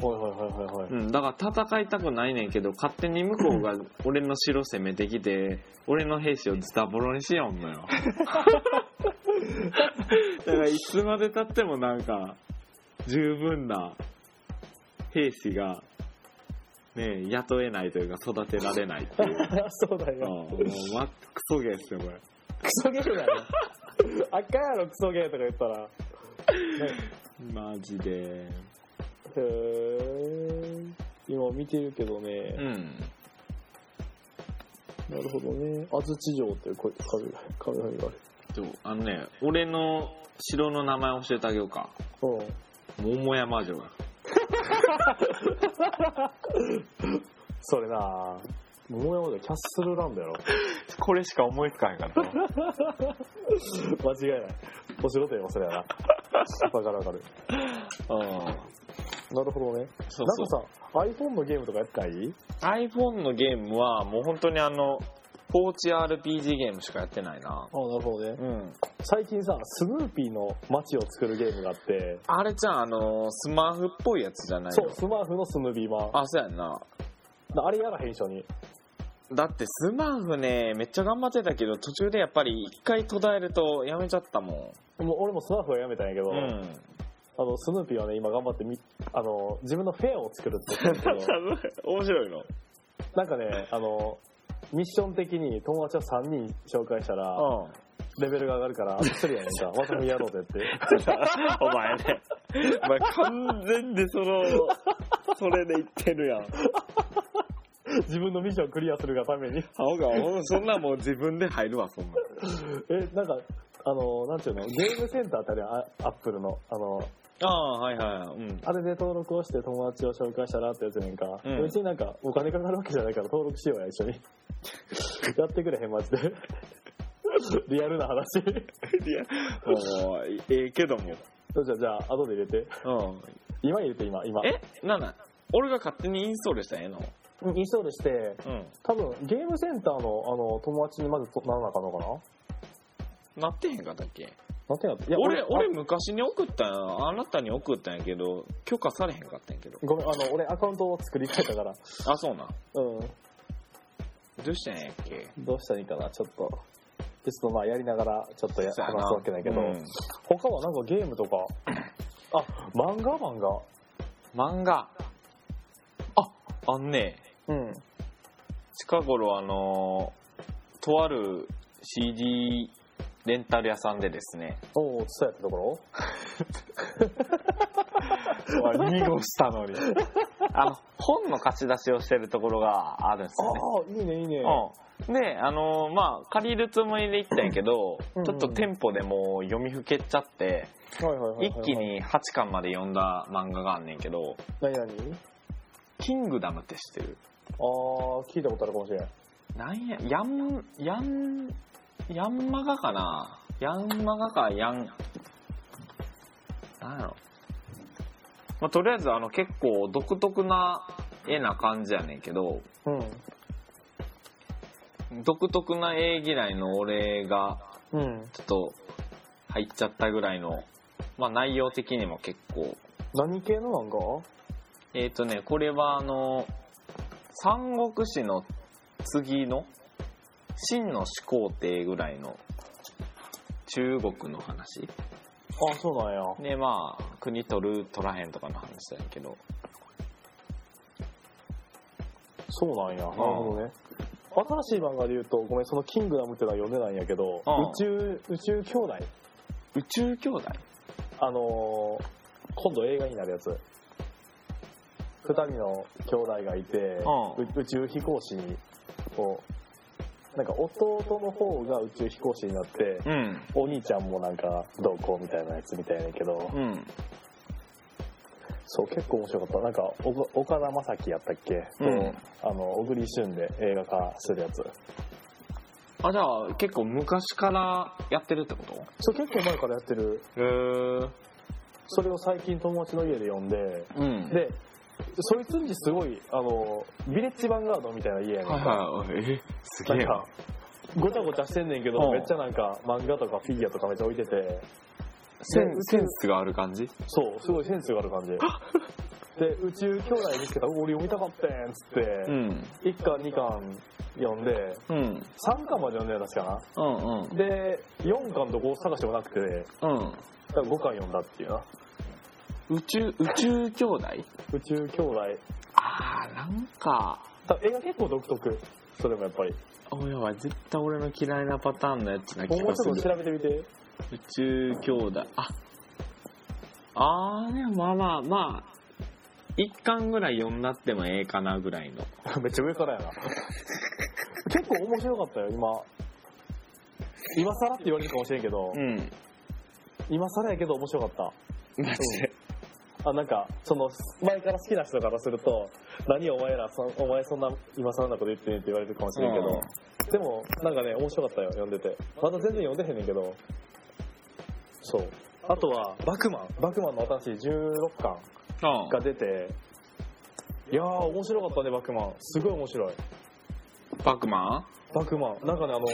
[SPEAKER 2] はいはいはいはいはい。
[SPEAKER 1] うん、だから戦いたくないねんけど、勝手に向こうが俺の城攻めてきて、俺の兵士をズタボロにしよんの *laughs* よ。だからいつまで経ってもなんか、十分な兵士が、ねえ、雇えないというか育てられないっていう。
[SPEAKER 2] *laughs* そうだ
[SPEAKER 1] うん、
[SPEAKER 2] よ。
[SPEAKER 1] *laughs* もうま、クソゲーっすよ、これ。
[SPEAKER 2] クソゲー *laughs* だよ。あかんやろ、クソゲーとか言ったら。
[SPEAKER 1] マジで。
[SPEAKER 2] へー今見てるけどね
[SPEAKER 1] う、ん。
[SPEAKER 2] なるほどね安土城っていうこういう壁紙がある
[SPEAKER 1] そう、あのね、俺の城の名前教えてあげようか。
[SPEAKER 2] う
[SPEAKER 1] 桃山城が。
[SPEAKER 2] んそれな桃山でキャッスルランドやろ
[SPEAKER 1] これしか思いつかへんかった。
[SPEAKER 2] *laughs* 間違いないお仕事やもそれやな *laughs* わかるわかる
[SPEAKER 1] うん。
[SPEAKER 2] なるほどね
[SPEAKER 1] そう
[SPEAKER 2] なん
[SPEAKER 1] そう
[SPEAKER 2] かさ iPhone のゲームとかやってない
[SPEAKER 1] iPhone のゲームはもう本当にあのポーチ RPG ゲームしかやってないな
[SPEAKER 2] あなるほどね
[SPEAKER 1] うん
[SPEAKER 2] 最近さスヌーピーの街を作るゲームがあって
[SPEAKER 1] あれじゃんあのスマーフっぽいやつじゃない
[SPEAKER 2] そ
[SPEAKER 1] の
[SPEAKER 2] うスマーフのスヌービーマンあ
[SPEAKER 1] あそうやんな
[SPEAKER 2] あれやらへん一緒に
[SPEAKER 1] だってスマーフねめっちゃ頑張ってたけど途中でやっぱり一回途絶えるとやめちゃったも
[SPEAKER 2] もう俺もスマーフはやめたんやけど、
[SPEAKER 1] んうん
[SPEAKER 2] あのスヌーピーはね今頑張ってみあの自分のフェアを作るって言って
[SPEAKER 1] *laughs*
[SPEAKER 2] るんだけど
[SPEAKER 1] 面白いの
[SPEAKER 2] なんかねあのミッション的に友達を3人紹介したら
[SPEAKER 1] うん
[SPEAKER 2] レベルが上がるからあと1人やねんかまた見やろうぜって
[SPEAKER 1] *laughs* お前ねお前完全でそのそれで言ってる *laughs* やん
[SPEAKER 2] 自分のミッションをクリアするがために
[SPEAKER 1] 青がそんなもう自分で入るわそんな
[SPEAKER 2] えなんかあのなんていうのゲームセンターってあれアップルのあの
[SPEAKER 1] ああはいはいうん
[SPEAKER 2] あれで登録をして友達を紹介したらってやつやねんか、
[SPEAKER 1] うん
[SPEAKER 2] 別になんかお金かかるわけじゃないから登録しようや一緒に
[SPEAKER 1] *laughs*
[SPEAKER 2] やってくれへんマジで *laughs* リアルな話じ
[SPEAKER 1] いや、もう、ええけども。
[SPEAKER 2] ゃあじゃあ後で入れて
[SPEAKER 1] う
[SPEAKER 2] 今入れて今今
[SPEAKER 1] えなんなん俺が勝手にインストールしたらええの
[SPEAKER 2] うんインストールして
[SPEAKER 1] う。
[SPEAKER 2] 多分ゲームセンターのあの友達にまずとならなあかんのかなん
[SPEAKER 1] なってへんかったっけ
[SPEAKER 2] なってんやったいや
[SPEAKER 1] 俺、俺
[SPEAKER 2] あ
[SPEAKER 1] 昔に送ったんやあなたに送ったんやけど、許可されへんかったんやけど。
[SPEAKER 2] ごめんあの俺アカウントを作り変えたから
[SPEAKER 1] あ、そうなん。
[SPEAKER 2] う
[SPEAKER 1] どうしたんやっけ
[SPEAKER 2] んどうしたらいいかなちょっとちょっとまあやりながらちょっとや
[SPEAKER 1] そう
[SPEAKER 2] 話
[SPEAKER 1] や
[SPEAKER 2] すわけないけど、
[SPEAKER 1] うん
[SPEAKER 2] 他はなんかゲームとかあ漫画漫画
[SPEAKER 1] 漫画。あ、あんね。
[SPEAKER 2] うん
[SPEAKER 1] 近頃あのーとある CD レンタル屋さんでですね、
[SPEAKER 2] おお伝えたとこ *laughs* ろ
[SPEAKER 1] 濁したの
[SPEAKER 2] *laughs*
[SPEAKER 1] に。あの、本の貸し出しをしてるところがあるんですよね。
[SPEAKER 2] ああいいねいいね
[SPEAKER 1] うん、で、あのーまあ借りるつもりで行ったんやけど
[SPEAKER 2] うんうん
[SPEAKER 1] ちょっと店舗でもう読みふけっちゃって
[SPEAKER 2] はいはいはい、
[SPEAKER 1] 一
[SPEAKER 2] はい、
[SPEAKER 1] 気に8巻まで読んだ漫画があんねんけど
[SPEAKER 2] 何何あ
[SPEAKER 1] 「キングダム」って知ってる
[SPEAKER 2] あ聞いたことあるかもしれん
[SPEAKER 1] なんやヤンヤンヤンマガかなヤンマガかヤンなんやろ、まあ、とりあえずあの結構独特な絵な感じやねんけど独特な絵嫌いの俺が
[SPEAKER 2] うんうん
[SPEAKER 1] ちょっと入っちゃったぐらいの、まあ、内容的にも結構
[SPEAKER 2] 何系の漫画
[SPEAKER 1] えっ、とねこれはあの三国志の次の秦の始皇帝ぐらいの中国の話
[SPEAKER 2] あそうなんや
[SPEAKER 1] でまあ国取る取らへんとかの話だけど
[SPEAKER 2] そうなんやなるほどね新しい漫画で言うとごめんその「キングダム」っていうのは読んでないんやけど
[SPEAKER 1] うん
[SPEAKER 2] 宇宙宇宙兄弟
[SPEAKER 1] 宇宙兄弟
[SPEAKER 2] あのー今度映画になるやつ2人の兄弟がいて、
[SPEAKER 1] う
[SPEAKER 2] う宇宙飛行士にこうなんか弟の方が宇宙飛行士になって
[SPEAKER 1] うん
[SPEAKER 2] お兄ちゃんもなんかどうこうみたいなやつみたいやねんけど
[SPEAKER 1] うん
[SPEAKER 2] そう結構面白かったなんかおこ岡田将生やったっけ、
[SPEAKER 1] うん
[SPEAKER 2] とあの小栗旬で映画化するやつ
[SPEAKER 1] あ、じゃあ結構昔からやってるってこと
[SPEAKER 2] そう結構前からやってる
[SPEAKER 1] へえ。
[SPEAKER 2] それを最近友達の家で読んで
[SPEAKER 1] うん。
[SPEAKER 2] でそいつんちすごいあのビレッジヴァンガードみたいな家やねんか、
[SPEAKER 1] はいはい。え、すげえ
[SPEAKER 2] なん
[SPEAKER 1] な。
[SPEAKER 2] かごちゃごちゃしてんねんけど、
[SPEAKER 1] うん
[SPEAKER 2] めっちゃなんか漫画とかフィギュアとかめっちゃ置いてて
[SPEAKER 1] センセンスがある感じ
[SPEAKER 2] そうすごいセンスがある感じで宇宙兄弟見つけたら俺読みたかったんっつって、
[SPEAKER 1] ん。
[SPEAKER 2] 一1巻2巻読んで
[SPEAKER 1] うん。うん
[SPEAKER 2] 3巻まで読んでや確か
[SPEAKER 1] うん。
[SPEAKER 2] なで4巻と5探してもなくて、
[SPEAKER 1] うん。
[SPEAKER 2] だから5巻読んだっていうな
[SPEAKER 1] 宇宙、宇宙兄弟
[SPEAKER 2] 宇宙兄弟
[SPEAKER 1] あー、なんか、
[SPEAKER 2] 多分映画結構独特それもやっぱり
[SPEAKER 1] おやばい、絶対俺の嫌いなパターンのやつな
[SPEAKER 2] も
[SPEAKER 1] 気
[SPEAKER 2] うちょ
[SPEAKER 1] が
[SPEAKER 2] っ
[SPEAKER 1] す
[SPEAKER 2] と
[SPEAKER 1] る。
[SPEAKER 2] 調べてみて
[SPEAKER 1] 宇宙兄弟。あ、あー、でもまあまあまあ、一巻ぐらい読んだってもええかなぐらいの。
[SPEAKER 2] めっちゃ上からやな。結構面白かったよ、今。今更って言われるかもしれんけど、
[SPEAKER 1] ん。
[SPEAKER 2] 今更やけど面白かっ
[SPEAKER 1] マジで。
[SPEAKER 2] た。あ、なんか、その、前から好きな人からすると、何お前ら、そお前そんな、今更なこと言ってねって言われるかもしれんけど、でも、なんかね、面白かったよ、読んでて。まだ全然読んでへんねんけど、そう。あとは、バクマン。バクマンの新しい16巻
[SPEAKER 1] うん
[SPEAKER 2] が出て、いやー、面白かったね、バクマン。すごい面白い。
[SPEAKER 1] パックマン。
[SPEAKER 2] バクマンなんかねあの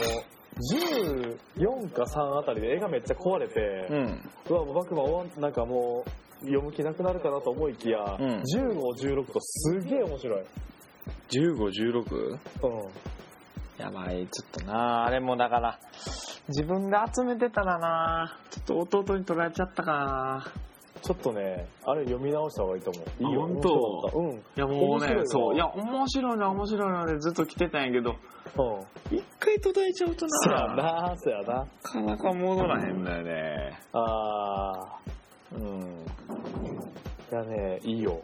[SPEAKER 2] 14か3あたりで絵がめっちゃ壊れて、うんわもうバクマン終わんなんかもう読む気なくなるかなと思いきや、
[SPEAKER 1] うん
[SPEAKER 2] 1516とすげえ面白い、
[SPEAKER 1] 15、16?
[SPEAKER 2] う、
[SPEAKER 1] やばい、ちょっとなあれもだから、自分で集めてたらなちょっと弟に取られちゃったかなん
[SPEAKER 2] ちょっとねあれ読み直した方がいいと思う
[SPEAKER 1] あ
[SPEAKER 2] いいよ
[SPEAKER 1] 本当
[SPEAKER 2] 面白かった
[SPEAKER 1] いやもうね
[SPEAKER 2] 面白いわ、
[SPEAKER 1] そう。いや、面白いな、面白いなでずっと来てたんやけど、
[SPEAKER 2] うんうん
[SPEAKER 1] 一回途絶えちゃうと
[SPEAKER 2] そや
[SPEAKER 1] なな
[SPEAKER 2] なそやな
[SPEAKER 1] かなか戻らへんだよね。
[SPEAKER 2] あ
[SPEAKER 1] うん。
[SPEAKER 2] ーいやねいいよ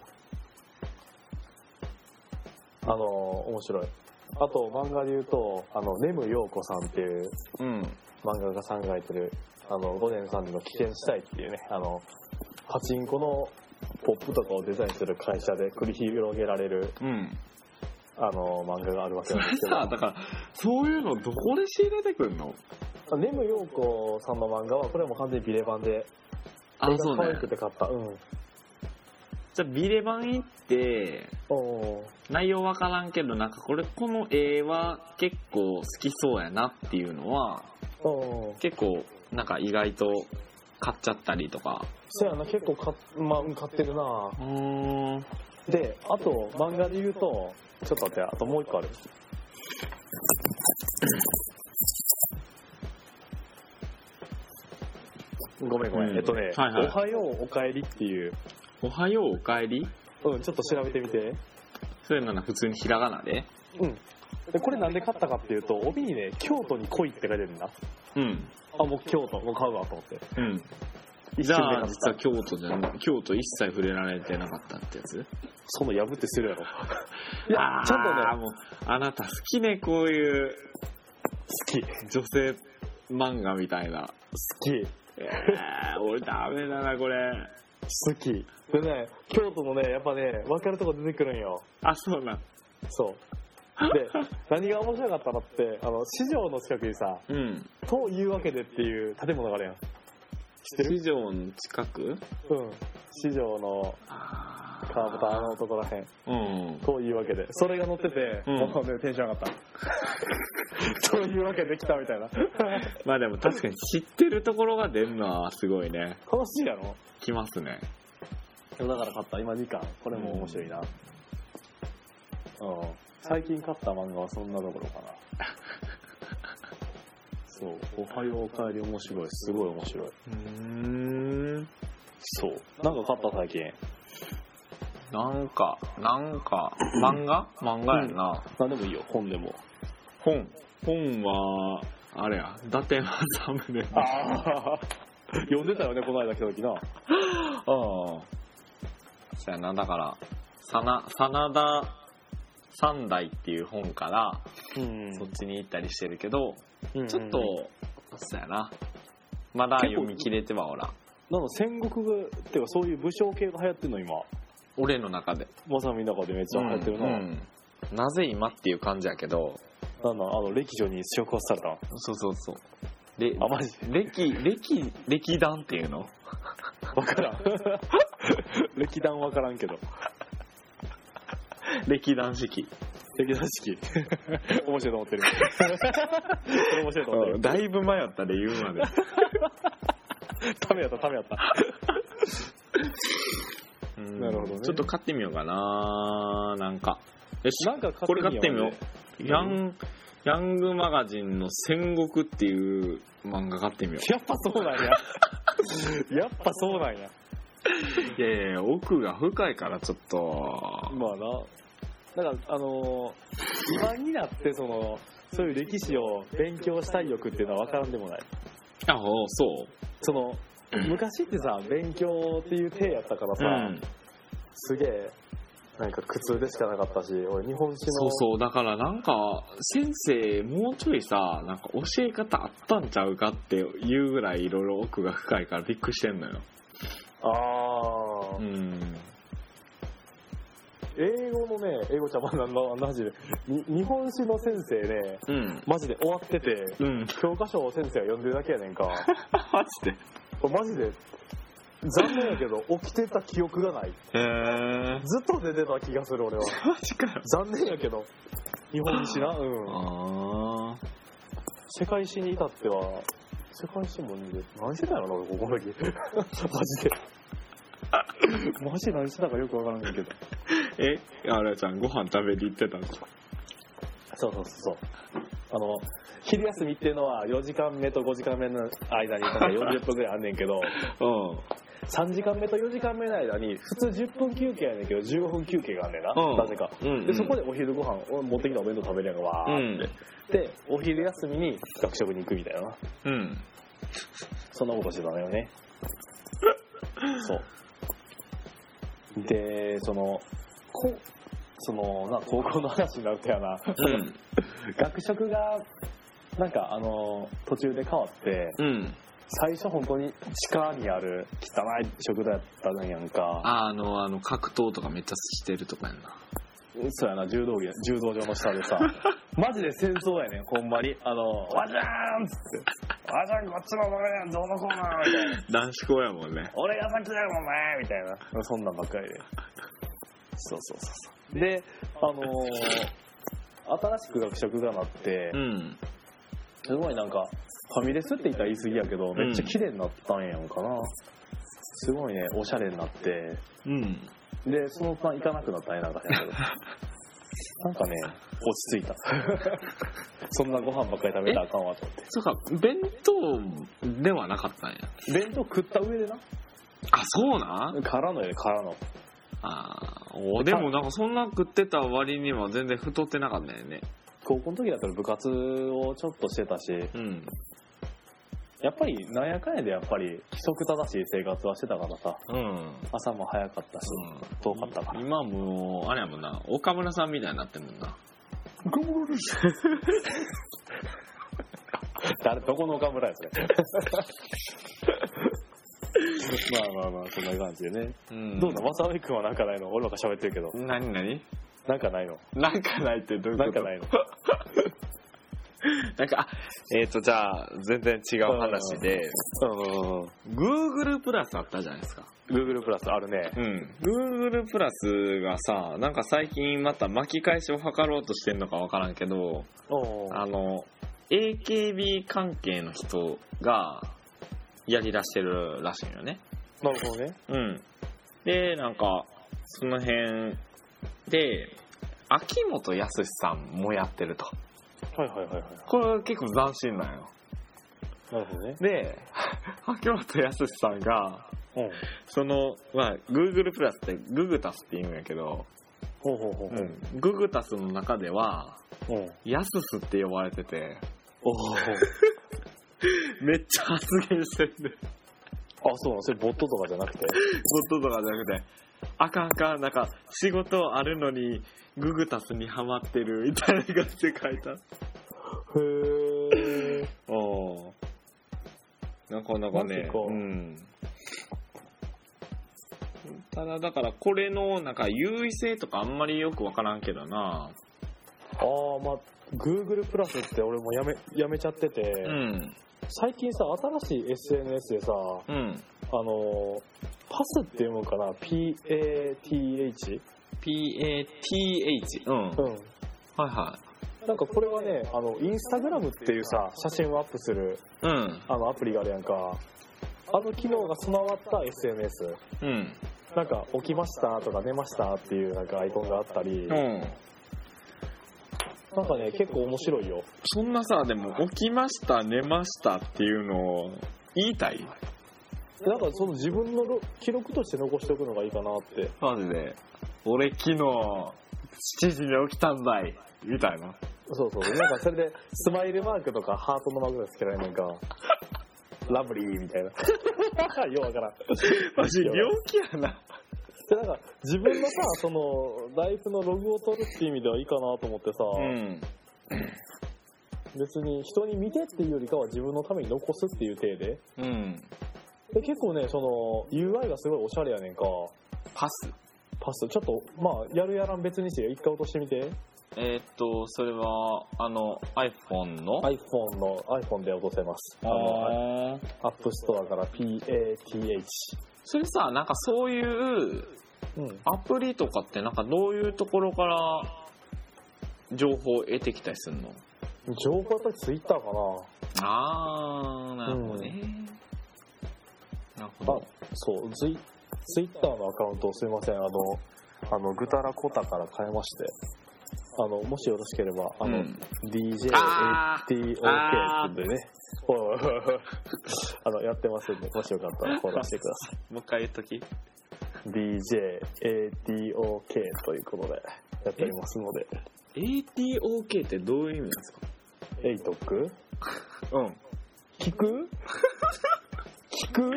[SPEAKER 2] あの面白いあと漫画で言うとあのネム陽子さんっていう
[SPEAKER 1] うん。
[SPEAKER 2] 漫画家さんが考えてる、あの、午前3時の危険地帯っていうね、あの、パチンコのポップとかをデザインする会社で繰り広げられる、
[SPEAKER 1] うん。
[SPEAKER 2] あの、漫画があるわけ
[SPEAKER 1] そ
[SPEAKER 2] な
[SPEAKER 1] れ
[SPEAKER 2] んですけ
[SPEAKER 1] さ、だから、そういうのどこで仕入れてくんの
[SPEAKER 2] ど、ネムヨーコさんの漫画は、これはもう完全にビレ版で、これが可愛くて買った。うん。
[SPEAKER 1] じゃあ、ビレ版行って、
[SPEAKER 2] おー
[SPEAKER 1] 内容わからんけど、なんかこれ、この絵は結構好きそうやなっていうのは、
[SPEAKER 2] おー
[SPEAKER 1] 結構、なんか意外と買っちゃったりとか。
[SPEAKER 2] そやな、結構買っ、まあ、うん買ってるな
[SPEAKER 1] うーん。
[SPEAKER 2] で、あと、漫画で言うと、ちょっと待って、あともう一個ある。ごめんごめん。
[SPEAKER 1] うん
[SPEAKER 2] えっとね、
[SPEAKER 1] はいはい
[SPEAKER 2] おはよう、おかえりっていう、
[SPEAKER 1] おはよう、おかえり
[SPEAKER 2] うん、ちょっと調べてみて。
[SPEAKER 1] そういうのな、普通にひらがなで。
[SPEAKER 2] うん。で、これなんで買ったかっていうと、帯にね、京都に来いって書いてるんだ。
[SPEAKER 1] うん。
[SPEAKER 2] あ、もう京都、もう買うわと思って。
[SPEAKER 1] うん。
[SPEAKER 2] 一
[SPEAKER 1] じ
[SPEAKER 2] 瞬で
[SPEAKER 1] ゃ
[SPEAKER 2] 買
[SPEAKER 1] あ、
[SPEAKER 2] っ
[SPEAKER 1] 実
[SPEAKER 2] た
[SPEAKER 1] は。京都じゃな、京都一切触れられてなかったってやつ
[SPEAKER 2] その破って
[SPEAKER 1] *laughs*
[SPEAKER 2] するやろ。い
[SPEAKER 1] あ
[SPEAKER 2] や
[SPEAKER 1] ー、
[SPEAKER 2] ちゃんとね、
[SPEAKER 1] もう、あなた好きね、こういう
[SPEAKER 2] 好き、好
[SPEAKER 1] 女性漫画みたいな。
[SPEAKER 2] き。
[SPEAKER 1] えー、俺ダメだな、これ。
[SPEAKER 2] 好き。でね、京都のね、やっぱね、分かるとこ出てくるんよ。
[SPEAKER 1] あ、そうなん。
[SPEAKER 2] そう。 *laughs* で、何が面白かったのって、あの、市場の近くにさ、
[SPEAKER 1] うん。
[SPEAKER 2] というわけでっていう建物があるやん。知ってる
[SPEAKER 1] 市場の近く
[SPEAKER 2] うん。市場の
[SPEAKER 1] あー
[SPEAKER 2] 川端のとこらへん。
[SPEAKER 1] うん。
[SPEAKER 2] というわけで。それが載ってて、
[SPEAKER 1] うん
[SPEAKER 2] もうね、テンション上が *laughs* った。というわけで来たみたいな。
[SPEAKER 1] まあでも確かに知ってるところが出るのはすごいね。
[SPEAKER 2] 楽しいやろ
[SPEAKER 1] 来ますね。
[SPEAKER 2] だから買った、今2巻。これも面白いな。うん。最近買った漫画はそんなところ *laughs* かな。そう。おはようおかえり面白い。すごい面白い。
[SPEAKER 1] うーん。
[SPEAKER 2] そう。なんか買った最近。
[SPEAKER 1] なんか、なんか、漫画漫画やんな。
[SPEAKER 2] 何でもいいよ、本でも。
[SPEAKER 1] 本。本は、あれや、伊達政宗の。
[SPEAKER 2] ああ。 *laughs* 読んでたよね、この間来た時な。
[SPEAKER 1] ああ。そうやな、だから、さな、真田三代っていう本から、
[SPEAKER 2] うん
[SPEAKER 1] そっちに行ったりしてるけど、
[SPEAKER 2] ち
[SPEAKER 1] ちょっと、そうやな。まだ読み切れてはおらん。
[SPEAKER 2] なの戦国が、っていうかそういう武将系が流行ってんの、今。
[SPEAKER 1] 俺の中で
[SPEAKER 2] まさみの中でめっちゃ流行ってるな。
[SPEAKER 1] うんうんなぜ今っていう感じやけど
[SPEAKER 2] なんなんあの、歴女に触発された。
[SPEAKER 1] そうそうそうで
[SPEAKER 2] あ、マジ
[SPEAKER 1] 歴歴歴団って *laughs* いうの
[SPEAKER 2] わからん。 *laughs* 歴談わからんけど。
[SPEAKER 1] 歴団式
[SPEAKER 2] 歴談
[SPEAKER 1] *laughs*
[SPEAKER 2] 式。面白いと思ってる。それ面白いと思ってる。
[SPEAKER 1] だいぶ迷ったで言う *laughs* まで
[SPEAKER 2] ためやった、ためやった。
[SPEAKER 1] うん
[SPEAKER 2] なるほどね
[SPEAKER 1] ちょっと買ってみようかななんかよし
[SPEAKER 2] なんか
[SPEAKER 1] これ買ってみようヤ
[SPEAKER 2] うん
[SPEAKER 1] ンヤングマガジンの「戦国」っていう漫画買ってみよう
[SPEAKER 2] やっぱそうなんや。やっぱそうなんや。
[SPEAKER 1] *laughs* いやいやいや奥が深いからちょっと
[SPEAKER 2] まあな。だから、あのー今になって、その、そういう歴史を勉強したい欲っていうのは分からんでもない。
[SPEAKER 1] あほうそう
[SPEAKER 2] その、昔ってさ、勉強っていう体やったからさ、
[SPEAKER 1] うん
[SPEAKER 2] すげえ、なんか苦痛でしかなかったし、俺日本史の。
[SPEAKER 1] そうそうだからなんか先生もうちょいさなんか教え方あったんちゃうかっていうぐらいいろいろ奥が深いからびっくりしてんのよ
[SPEAKER 2] ああ、
[SPEAKER 1] うん
[SPEAKER 2] 英語のね、英語ちゃん、まあ、まあマジで、に日本史の先生ね、
[SPEAKER 1] うん
[SPEAKER 2] マジで終わってて、
[SPEAKER 1] うん
[SPEAKER 2] 教科書を先生が読んでるだけやねんか。
[SPEAKER 1] *laughs*
[SPEAKER 2] *laughs*
[SPEAKER 1] マジで
[SPEAKER 2] これマジで、残念やけど、起きてた記憶がな
[SPEAKER 1] へ
[SPEAKER 2] い。
[SPEAKER 1] え
[SPEAKER 2] ずっと出てた気がする、俺は。
[SPEAKER 1] マジかよ
[SPEAKER 2] 残念やけど、日本史 *laughs* な、うん。
[SPEAKER 1] ああ
[SPEAKER 2] 世界史に至っては、世界史もね、何してたんやろな、俺、ここの時。 *laughs* マジで。マジで何してたかよくわからんねんけど。
[SPEAKER 1] えあれちゃんご飯食べに行ってたんじ
[SPEAKER 2] そうそうそうそう。あの、昼休みっていうのは4時間目と5時間目の間になんか40分ぐらいあんねんけ *laughs*
[SPEAKER 1] ゃん
[SPEAKER 2] ど、
[SPEAKER 1] うん
[SPEAKER 2] 3時間目と4時間目の間に普通10分休憩やねんけど15分休憩があんねんな、
[SPEAKER 1] うん
[SPEAKER 2] なぜか。
[SPEAKER 1] うん
[SPEAKER 2] で、そこでお昼ご飯を持ってきたお弁当食べるやんか、わ
[SPEAKER 1] う
[SPEAKER 2] ーっ
[SPEAKER 1] ん
[SPEAKER 2] て。で、お昼休みに学食に行くみたいな。
[SPEAKER 1] うん
[SPEAKER 2] そんなことしてたのよね。そう。で、その、こその、な、高校の話になったよな。
[SPEAKER 1] うん
[SPEAKER 2] 学食がなんかあの途中で変わって
[SPEAKER 1] うん
[SPEAKER 2] 最初本当に地下にある汚い食堂やったんやんか
[SPEAKER 1] あのあの格闘とかめっちゃしてるとかやんな
[SPEAKER 2] そうやな柔道着柔道場の下でさマジで戦争やねんほんまにあの「わじゃーん!」っつって「わじゃんこっちのものやんどうのこうの」みたいな
[SPEAKER 1] 男子校やもんね
[SPEAKER 2] 「俺が先だよお前」みたいなそんなんばっかりでそうそうそうそうであのー新しく学食がなって、
[SPEAKER 1] うん
[SPEAKER 2] すごいなんか、ファミレスって言ったら言い過ぎやけど、めっちゃ綺麗になったんやんかな。すごいね、おしゃれになって。
[SPEAKER 1] うん
[SPEAKER 2] で、その間行かなくなったんやなんか知らんけど。なんかね、落ち着いた。 *laughs* そんなご飯ばっかり食べたらあかんわと思って。
[SPEAKER 1] そうか弁当ではなかったんや
[SPEAKER 2] 弁当食った上でな。
[SPEAKER 1] あそうなん
[SPEAKER 2] からのよね、からの。
[SPEAKER 1] ああ、おでもなんかそんな食ってた割には全然太ってなかったよね。
[SPEAKER 2] 高校の時だったら部活をちょっとしてたし、
[SPEAKER 1] うん。
[SPEAKER 2] やっぱりなんやかんやでやっぱり規則正しい生活はしてたからさ、
[SPEAKER 1] うん。
[SPEAKER 2] 朝も早かったし、遠かったから。
[SPEAKER 1] 今もう、あれやもんな、岡村さんみたいになってるもんな。
[SPEAKER 2] 誰、どこの岡村やそ *laughs* れ。まあまあまあ、そんな感じでね。
[SPEAKER 1] うん
[SPEAKER 2] どうだ、まさおくんはなんかないの俺ばっか喋ってるけど。
[SPEAKER 1] 何何 *laughs*
[SPEAKER 2] なんかないの
[SPEAKER 1] なんかないってどういうこ
[SPEAKER 2] なん
[SPEAKER 1] と
[SPEAKER 2] かないの
[SPEAKER 1] なんか、あ、えっ、と、じゃあ、全然違う話で、
[SPEAKER 2] うんうんうん。
[SPEAKER 1] Google プラスあったじゃないですか。
[SPEAKER 2] Google プラスあるね。
[SPEAKER 1] うん。Google プラスがさ、なんか最近また巻き返しを図ろうとしてんのかわからんけど、
[SPEAKER 2] お
[SPEAKER 1] あの、AKB 関係の人がやりだしてるらしいよね。
[SPEAKER 2] なるほどね。
[SPEAKER 1] うん。で、なんか、その辺で、秋元康さんもやってると。
[SPEAKER 2] はいはいはいはい。
[SPEAKER 1] これ結構斬新なんよ。
[SPEAKER 2] なるほどね。
[SPEAKER 1] で、 *laughs* 秋元康さんが、
[SPEAKER 2] うん。
[SPEAKER 1] その、まあ、Google プラスってググタスって言うんやけど、
[SPEAKER 2] ほうほうほうほう。
[SPEAKER 1] ググタスの中では、
[SPEAKER 2] うん。
[SPEAKER 1] ヤススって呼ばれてて、
[SPEAKER 2] おお。あ、
[SPEAKER 1] めっちゃ発言してるんで
[SPEAKER 2] そうなのそれボットとかじゃなくて。
[SPEAKER 1] ボットとかじゃなくて、あかんあかん、なんか、仕事あるのに、ググタスにハマってる、みたいな感じで書いた。
[SPEAKER 2] へえ。
[SPEAKER 1] おなかなか
[SPEAKER 2] マジ
[SPEAKER 1] ね
[SPEAKER 2] か、
[SPEAKER 1] うん。ただだからこれのなんか優位性とかあんまりよくわからんけどな
[SPEAKER 2] ああまあ Google プラスって俺もやめやめちゃってて、
[SPEAKER 1] うん
[SPEAKER 2] 最近さ新しい SNS でさあ
[SPEAKER 1] うん
[SPEAKER 2] のパスって読むかな PATH
[SPEAKER 1] PATH うん
[SPEAKER 2] う
[SPEAKER 1] はい
[SPEAKER 2] ん
[SPEAKER 1] は
[SPEAKER 2] なんかこれはねあのインスタグラムっていうさ写真をアップする
[SPEAKER 1] いうん
[SPEAKER 2] あのアプリがあるやんかあの機能が備わった SNS
[SPEAKER 1] うん
[SPEAKER 2] なんか起きましたとか寝ましたっていうなんかアイコンがあった
[SPEAKER 1] う
[SPEAKER 2] り、
[SPEAKER 1] ん
[SPEAKER 2] なんかね結構面白いよ
[SPEAKER 1] そんなさでも起きました寝ましたっていうのを言いたい
[SPEAKER 2] なんかその自分のロ記録として残しておくのがいいかなって
[SPEAKER 1] マジで俺昨日7時に起きたんだいみたいな
[SPEAKER 2] そうそうなんかそれでスマイルマークとかハートのマークがつけられるのかラブリーみたいな *laughs* ようわからん
[SPEAKER 1] マジ病気やな
[SPEAKER 2] でなんか自分のさそのライフのログを取るっていう意味ではいいかなと思ってさ、
[SPEAKER 1] うん
[SPEAKER 2] 別に人に見てっていうよりかは自分のために残すっていう体で
[SPEAKER 1] うん
[SPEAKER 2] で結構ねその UI がすごいおしゃれやねんか
[SPEAKER 1] パス
[SPEAKER 2] パスちょっとまあやるやらん別にして一回落としてみて
[SPEAKER 1] えーっとそれはあの iPhone の
[SPEAKER 2] iPhone の iPhone で落とせますあの
[SPEAKER 1] あー
[SPEAKER 2] アップストアから PATH
[SPEAKER 1] それさなんかそういう
[SPEAKER 2] うん
[SPEAKER 1] アプリとかってなんかどういうところから情報を得てきたりするの
[SPEAKER 2] 情報やっぱり Twitter かな
[SPEAKER 1] あーなるほどね、なるほど
[SPEAKER 2] そうツイツイッターのアカウントをすいませんあのあのぐたらこたから変えましてあのもしよろしければあの、
[SPEAKER 1] うんあ
[SPEAKER 2] DJATOK ってね *laughs* おいおいおいおいあのやってますんでもしよかったらフォローしてください
[SPEAKER 1] もう一回言っとき
[SPEAKER 2] *laughs* DJATOK ということでやっておりますので
[SPEAKER 1] ATOK ってどういう意味なんですか
[SPEAKER 2] エイトク
[SPEAKER 1] うんう
[SPEAKER 2] 聞く聞く
[SPEAKER 1] ん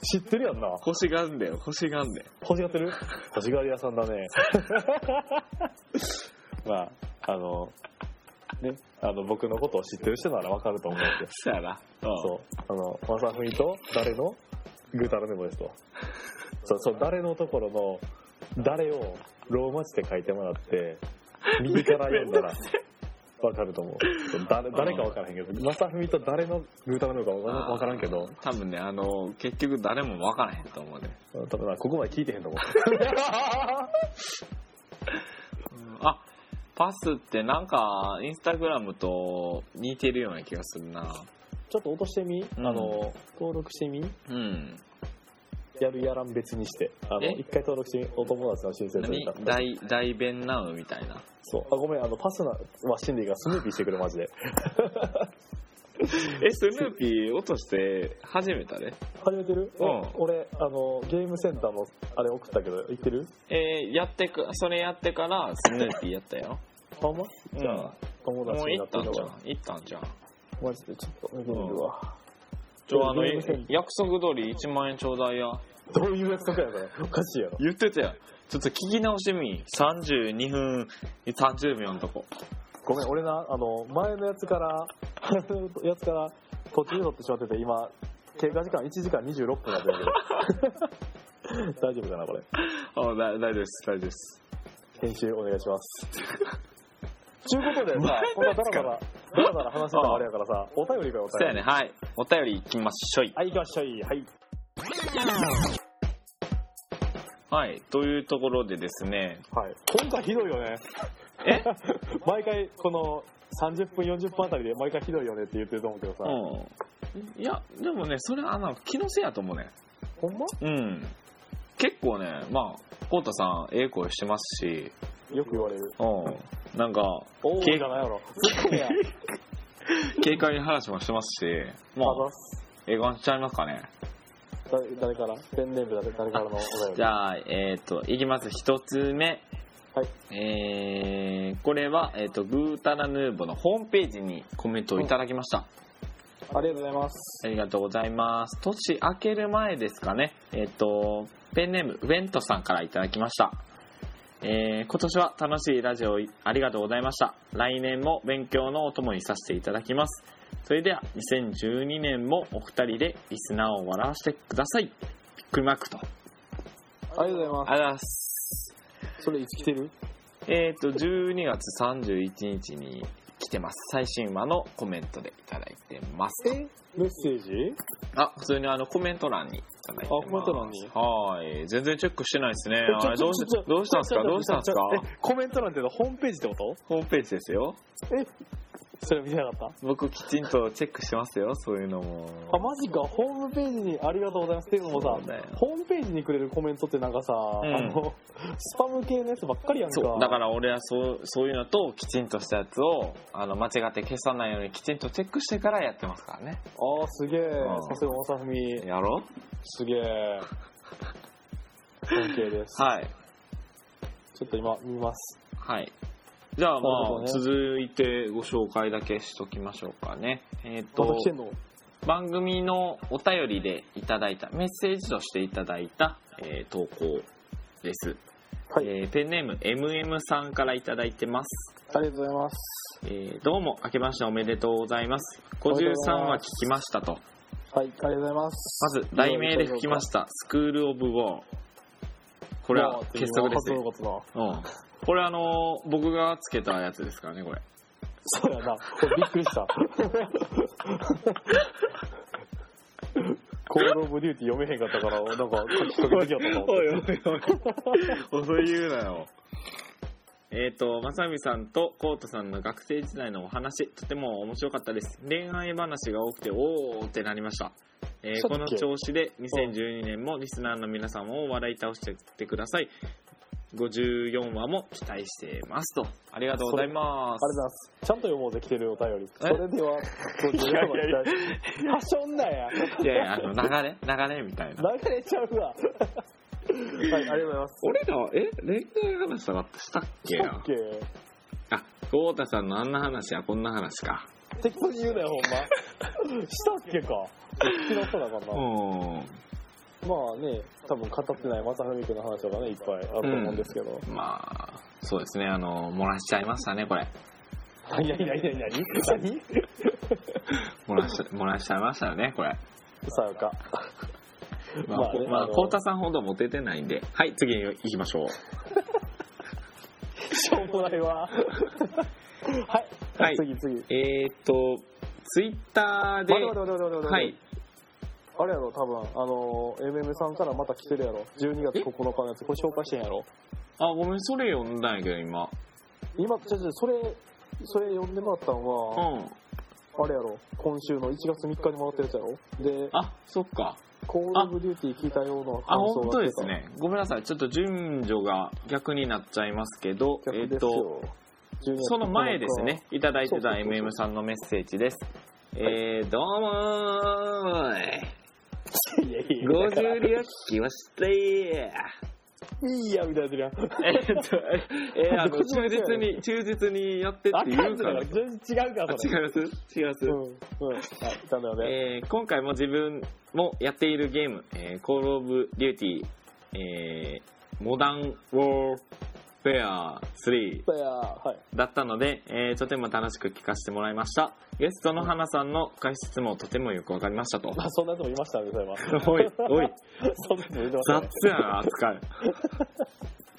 [SPEAKER 2] 知ってるやんな
[SPEAKER 1] 欲しがんだよ欲しがんだよ
[SPEAKER 2] 欲しがってる欲しがり屋さんだねまああのねあの僕のことを知ってる人ならわかると思うんですよ
[SPEAKER 1] そやなう
[SPEAKER 2] そうあのまさふみと誰のぐたらめもですとそうそう誰のところの誰をローマ字で書いてもらって右から読んだらわかると思うそう誰誰かわからへんけどまさふみと誰のぐたらめかわからわからんけど
[SPEAKER 1] 多分ねあの結局誰も分からへんと思うね
[SPEAKER 2] 多分なここまで聞いてへんと思う
[SPEAKER 1] あパスってなんかインスタグラムと似てるような気がするな
[SPEAKER 2] ちょっと落としてみ、
[SPEAKER 1] うん
[SPEAKER 2] あの登録してみ
[SPEAKER 1] うん
[SPEAKER 2] やるやらん別にしてあの
[SPEAKER 1] え
[SPEAKER 2] 一回登録してみお友達の申請と
[SPEAKER 1] 何
[SPEAKER 2] いうか
[SPEAKER 1] 大大便なのみたいな
[SPEAKER 2] そうあごめんあのパスなはシンディがスヌーピーしてくるマジで
[SPEAKER 1] えスヌーピー落として始めたね
[SPEAKER 2] 始めてる、
[SPEAKER 1] うん
[SPEAKER 2] 俺あのゲームセンターのあれ送ったけど行ってる
[SPEAKER 1] えーやってくそれやってからスヌーピーやった *laughs* よ
[SPEAKER 2] あほんまじゃあ、友
[SPEAKER 1] も
[SPEAKER 2] 達
[SPEAKER 1] う
[SPEAKER 2] に
[SPEAKER 1] 行
[SPEAKER 2] な
[SPEAKER 1] っ
[SPEAKER 2] って
[SPEAKER 1] た
[SPEAKER 2] る
[SPEAKER 1] ん
[SPEAKER 2] の
[SPEAKER 1] じゃ
[SPEAKER 2] か
[SPEAKER 1] ん行ったんじゃん
[SPEAKER 2] マジでちょっと見てみるわ、
[SPEAKER 1] ちょあの
[SPEAKER 2] ゲームセン
[SPEAKER 1] 約束通り1万円ちょうだいや
[SPEAKER 2] どういう約束やからおかしいやろ
[SPEAKER 1] 言ってたよちょっと聞き直してみ32分30秒のとこ
[SPEAKER 2] ごめん俺なあの前のやつから *laughs* 前のやつから途中で撮ってしまってて今経過時間1時間26分だった *laughs* けど大丈夫かなこれ
[SPEAKER 1] あだ大丈夫です大丈夫です
[SPEAKER 2] 編集お願いします。ちゅうことで
[SPEAKER 1] 前のや
[SPEAKER 2] さ、
[SPEAKER 1] つ
[SPEAKER 2] こんなダラダラ、ダラダラ話してたらあれやから *laughs* さ、お便りがよ、お
[SPEAKER 1] そう
[SPEAKER 2] 便
[SPEAKER 1] や
[SPEAKER 2] り。
[SPEAKER 1] ねはいお便り行きましょい
[SPEAKER 2] はい、行きましょい。はい。
[SPEAKER 1] はいというところでですね
[SPEAKER 2] はい。今回ひどいよね。
[SPEAKER 1] え
[SPEAKER 2] *laughs* 毎回、この30分、40分あたりで毎回ひどいよねって言ってると思うけどさ、
[SPEAKER 1] うんいやでもねそれはあの気のせいやと思うね
[SPEAKER 2] ほんま
[SPEAKER 1] うん結構ねまあ浩太さんええ声してますし
[SPEAKER 2] よく言われる。
[SPEAKER 1] うんなんか
[SPEAKER 2] おー、
[SPEAKER 1] け
[SPEAKER 2] じゃないやろ。 *laughs* あ
[SPEAKER 1] 軽快に話もしてますしま
[SPEAKER 2] ざ
[SPEAKER 1] あ
[SPEAKER 2] っす
[SPEAKER 1] ええ感じちゃいますかね
[SPEAKER 2] 誰誰からペンネーム誰誰からのお便り。
[SPEAKER 1] じゃあ、えっ、と、いきます。一つ目。
[SPEAKER 2] はい
[SPEAKER 1] えーこれは、えっ、と、グータラヌーボのホームページにコメントをいただきました。
[SPEAKER 2] ありがとうございます。
[SPEAKER 1] ありがとうございます。年明ける前ですかね。えっ、と、ペンネーム、ウェントさんからいただきました。えー今年は楽しいラジオありがとうございました。来年も勉強のお供にさせていただきます。それでは、2012年もお二人でリスナーを笑わせてください。びっくりマークと。
[SPEAKER 2] ありありがとうございま
[SPEAKER 1] ありがとうございます。
[SPEAKER 2] す。それいつ来てる
[SPEAKER 1] えっ、と、12月31日に来てます。最新話のコメントでいただいてます。
[SPEAKER 2] メッセージ
[SPEAKER 1] あ、普通にあの、コメント欄にいただいてます。
[SPEAKER 2] あコメント欄に
[SPEAKER 1] はーい。全然チェックしてないですね。
[SPEAKER 2] えちょ
[SPEAKER 1] あれどうし
[SPEAKER 2] ちょちょ
[SPEAKER 1] どうしたんですか
[SPEAKER 2] ちょ
[SPEAKER 1] どうしたんですか
[SPEAKER 2] ちょえコメント欄っていうのはホームページってこ
[SPEAKER 1] ホームページですよ。
[SPEAKER 2] とえそれ見てなかっ
[SPEAKER 1] 僕きちんとチェックしてますよ、そういうのも。
[SPEAKER 2] たあ、マジか。ホームページにありがとうございますっていうのも
[SPEAKER 1] そう
[SPEAKER 2] さ
[SPEAKER 1] だよ、
[SPEAKER 2] ホームページにくれるコメントってなんかさ、
[SPEAKER 1] ん
[SPEAKER 2] あの、スパム系のやつばっかりやんか。
[SPEAKER 1] そう。だから俺はそう、そういうのと、きちんとしたやつを、あの、間違って消さないようにきちんとチェックしてからやってますからね。
[SPEAKER 2] ああ、すげえ
[SPEAKER 1] うん。
[SPEAKER 2] さすが大み
[SPEAKER 1] やろ
[SPEAKER 2] すげえ。尊敬です。
[SPEAKER 1] うはい。
[SPEAKER 2] ちょっと今見ます。
[SPEAKER 1] はい。じゃあま
[SPEAKER 2] なるほど
[SPEAKER 1] あ、
[SPEAKER 2] ね
[SPEAKER 1] 続いてご紹介だけしときましょうかね。えっ、
[SPEAKER 2] また
[SPEAKER 1] と
[SPEAKER 2] 来、てんの
[SPEAKER 1] 番組のお便りでいただいた、メッセージとしていただいた、えー投稿です。
[SPEAKER 2] はい
[SPEAKER 1] えーペンネーム MM さんからいただいてます。
[SPEAKER 2] ありがとうございます。
[SPEAKER 1] えーどうも、明けましておめでとうございます。
[SPEAKER 2] おめでとうご
[SPEAKER 1] 53
[SPEAKER 2] ざい
[SPEAKER 1] 話
[SPEAKER 2] ま
[SPEAKER 1] 聞
[SPEAKER 2] す
[SPEAKER 1] きましたと。
[SPEAKER 2] はい、ありがとうございます。
[SPEAKER 1] まず、題名で吹きました、スクール・オブ・ウォー。これは傑作です
[SPEAKER 2] よ
[SPEAKER 1] よ。。うん。これあのー僕がつけたやつですからね、これ。
[SPEAKER 2] そうやな。これびっく
[SPEAKER 1] *laughs*
[SPEAKER 2] りした。 *laughs* コールオブデューティー読めへんかったから、なんか書きかけてきよったと思って。
[SPEAKER 1] いお *laughs* いおい。 *laughs* 遅い言うなよ。えっと、まさみさんとコートさんの学生時代のお話、とても面白かったです。恋愛話が多くて、おーってなりました。えー
[SPEAKER 2] そう
[SPEAKER 1] こ
[SPEAKER 2] だっ
[SPEAKER 1] の
[SPEAKER 2] け
[SPEAKER 1] 調子で2012年もリスナーの皆さんを笑い倒してってください。54話も期待してますと。ありがとうございま
[SPEAKER 2] あり
[SPEAKER 1] す。
[SPEAKER 2] がとうございます。ちゃんと読もうぜ、来てるお便り。
[SPEAKER 1] え
[SPEAKER 2] それでは、ご自由
[SPEAKER 1] いやいや
[SPEAKER 2] ははしょんなや。
[SPEAKER 1] いやいや、あの、流れ流れみたいな。
[SPEAKER 2] 流れちゃうわ。はい、ありがとうございます。
[SPEAKER 1] 俺ら、え恋愛話とかってしたっけ
[SPEAKER 2] オッケー。
[SPEAKER 1] あ、ゴータさんのあんな話やこんな話か。
[SPEAKER 2] 適当に言うなよ、ほんま。したっけか。聞き直さなあかんな。
[SPEAKER 1] うん。
[SPEAKER 2] まあね、多分語ってない正文君の話とかね、いっぱいあると思うんですけど。
[SPEAKER 1] まあ、そうですね、あの、漏らしちゃいましたね、これ。
[SPEAKER 2] いやいやいやいや、何
[SPEAKER 1] 漏ら
[SPEAKER 2] *laughs*
[SPEAKER 1] し、漏らしちゃいましたよね、これ。
[SPEAKER 2] さよか。
[SPEAKER 1] まあ、
[SPEAKER 2] まあ
[SPEAKER 1] こ
[SPEAKER 2] ね
[SPEAKER 1] まあ、
[SPEAKER 2] あの
[SPEAKER 1] コウタさんほどモテてないんで、はい、次に行きましょ
[SPEAKER 2] しょうもないわ。はい。
[SPEAKER 1] はい
[SPEAKER 2] 次、次。
[SPEAKER 1] う。えーっと、ツイッターで
[SPEAKER 2] 待、て待て待て待て待て。
[SPEAKER 1] はい。。
[SPEAKER 2] あれやろ、多分、あのー、MM さんからまた来てるやろ。12月9日のやつ、これ紹介してんやろ。
[SPEAKER 1] あ、ごめん、それ読んだんやけど、今。
[SPEAKER 2] 今、ちょちょ、それ、それ呼んでもらったの
[SPEAKER 1] う
[SPEAKER 2] は、
[SPEAKER 1] ん。
[SPEAKER 2] あれやろ、今週の1月3日にもらったやつやろ。で、
[SPEAKER 1] あ、そっか。
[SPEAKER 2] コールオブデューティー聞いたような
[SPEAKER 1] あ、
[SPEAKER 2] 感想
[SPEAKER 1] 本
[SPEAKER 2] が
[SPEAKER 1] 当で
[SPEAKER 2] 来て
[SPEAKER 1] す
[SPEAKER 2] た。
[SPEAKER 1] ね。ごめんなさい、ちょっと順序が逆になっちゃいますけど、えー
[SPEAKER 2] 逆
[SPEAKER 1] っ
[SPEAKER 2] ですよ。
[SPEAKER 1] と、
[SPEAKER 2] 12月
[SPEAKER 1] その前ですね、いただいてた
[SPEAKER 2] そうそうそうそう
[SPEAKER 1] MM さんのメッセージです。えー、どうも
[SPEAKER 2] 9日。いやい
[SPEAKER 1] ー、
[SPEAKER 2] やだから
[SPEAKER 1] 50両聞きましたー。
[SPEAKER 2] いいや、みたいなやつやん。
[SPEAKER 1] えっと、えー、あの、忠実 *laughs* に、忠実にやってっ
[SPEAKER 2] あ
[SPEAKER 1] て
[SPEAKER 2] か
[SPEAKER 1] 言うんから。あ、
[SPEAKER 2] 違
[SPEAKER 1] 違
[SPEAKER 2] うから、それ。
[SPEAKER 1] います違います
[SPEAKER 2] うん。うん。はい、だめだめ。
[SPEAKER 1] えー今回も自分もやっているゲーム、えー、コールオブデューティー、えー、モダンウォーフェア3
[SPEAKER 2] そうや、はい。
[SPEAKER 1] だったので、えーとても楽しく聞かせてもらいました。ゲストの花さんの解説もとてもよくわかりました *laughs* と。
[SPEAKER 2] まあ、そんなやつもいましたね、そ
[SPEAKER 1] *laughs*
[SPEAKER 2] れは。
[SPEAKER 1] おい、おい、
[SPEAKER 2] そんなやつもいましたね。
[SPEAKER 1] 雑やな、扱い。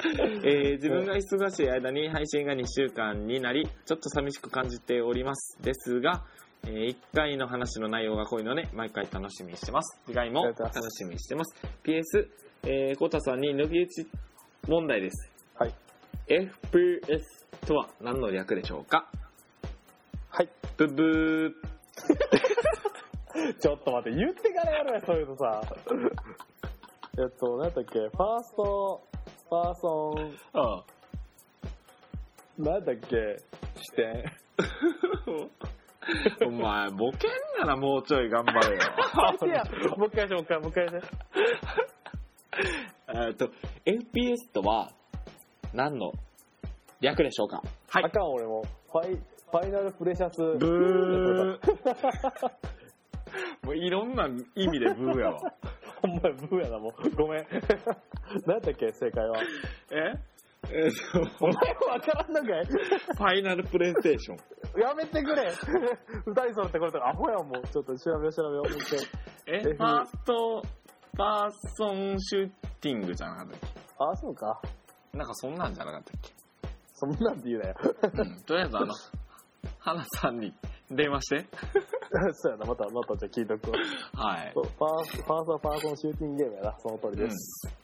[SPEAKER 1] えー自分が忙しい間に配信が2週間になり、ちょっと寂しく感じております。ですが、え1回の話の内容が濃いので、毎回楽しみにしてます。次回も
[SPEAKER 2] ありがとうござい
[SPEAKER 1] 楽しみにしてます。PS、えー、コタさんに抜き打ち問題です。
[SPEAKER 2] はい。
[SPEAKER 1] FPS とは何の略でしょうか
[SPEAKER 2] はい。
[SPEAKER 1] ブブー。
[SPEAKER 2] *laughs* ちょっと待って、言ってからやろうや、そういうのさ。えっと、何やったっけ、ファースト、パーソ
[SPEAKER 1] ああ。
[SPEAKER 2] ン、何やったっけ、視点。
[SPEAKER 1] お前、ボケんならもうちょい頑張れよ。
[SPEAKER 2] い *laughs* や、もう一回し、もう一回、もう一回し。
[SPEAKER 1] えっと、FPS とは何の略でしょうかは
[SPEAKER 2] あ。かん、俺も。ファイ、ファイナルプレシャス。
[SPEAKER 1] ブ *laughs*
[SPEAKER 2] *laughs*
[SPEAKER 1] ー。もういろんな意味でブーやわ。
[SPEAKER 2] ほんまや、ブーやな、もう。ごめん。 *laughs* 何やったっけ、正解は。
[SPEAKER 1] ええっと、
[SPEAKER 2] お前もわからんのかい
[SPEAKER 1] ファイナルプレイステーション。
[SPEAKER 2] やめてくれ二人揃ってこれとかアホやんもうちょっと調べよう調べようもう一回
[SPEAKER 1] え、
[SPEAKER 2] F
[SPEAKER 1] ファーストパーソンシューティングじゃなかったっけ
[SPEAKER 2] ああ、そうか。
[SPEAKER 1] なんかそんなんじゃなかったっけ
[SPEAKER 2] そんなんで言うなよ。 *laughs*
[SPEAKER 1] *laughs* うんとりあえずあの、花さんに電 *laughs* 話して。
[SPEAKER 2] そうやな、また、またじゃあ聞いとくわ。
[SPEAKER 1] はい。
[SPEAKER 2] そうファースト、ファーストはパーソンシューティングゲームやな、その通りです。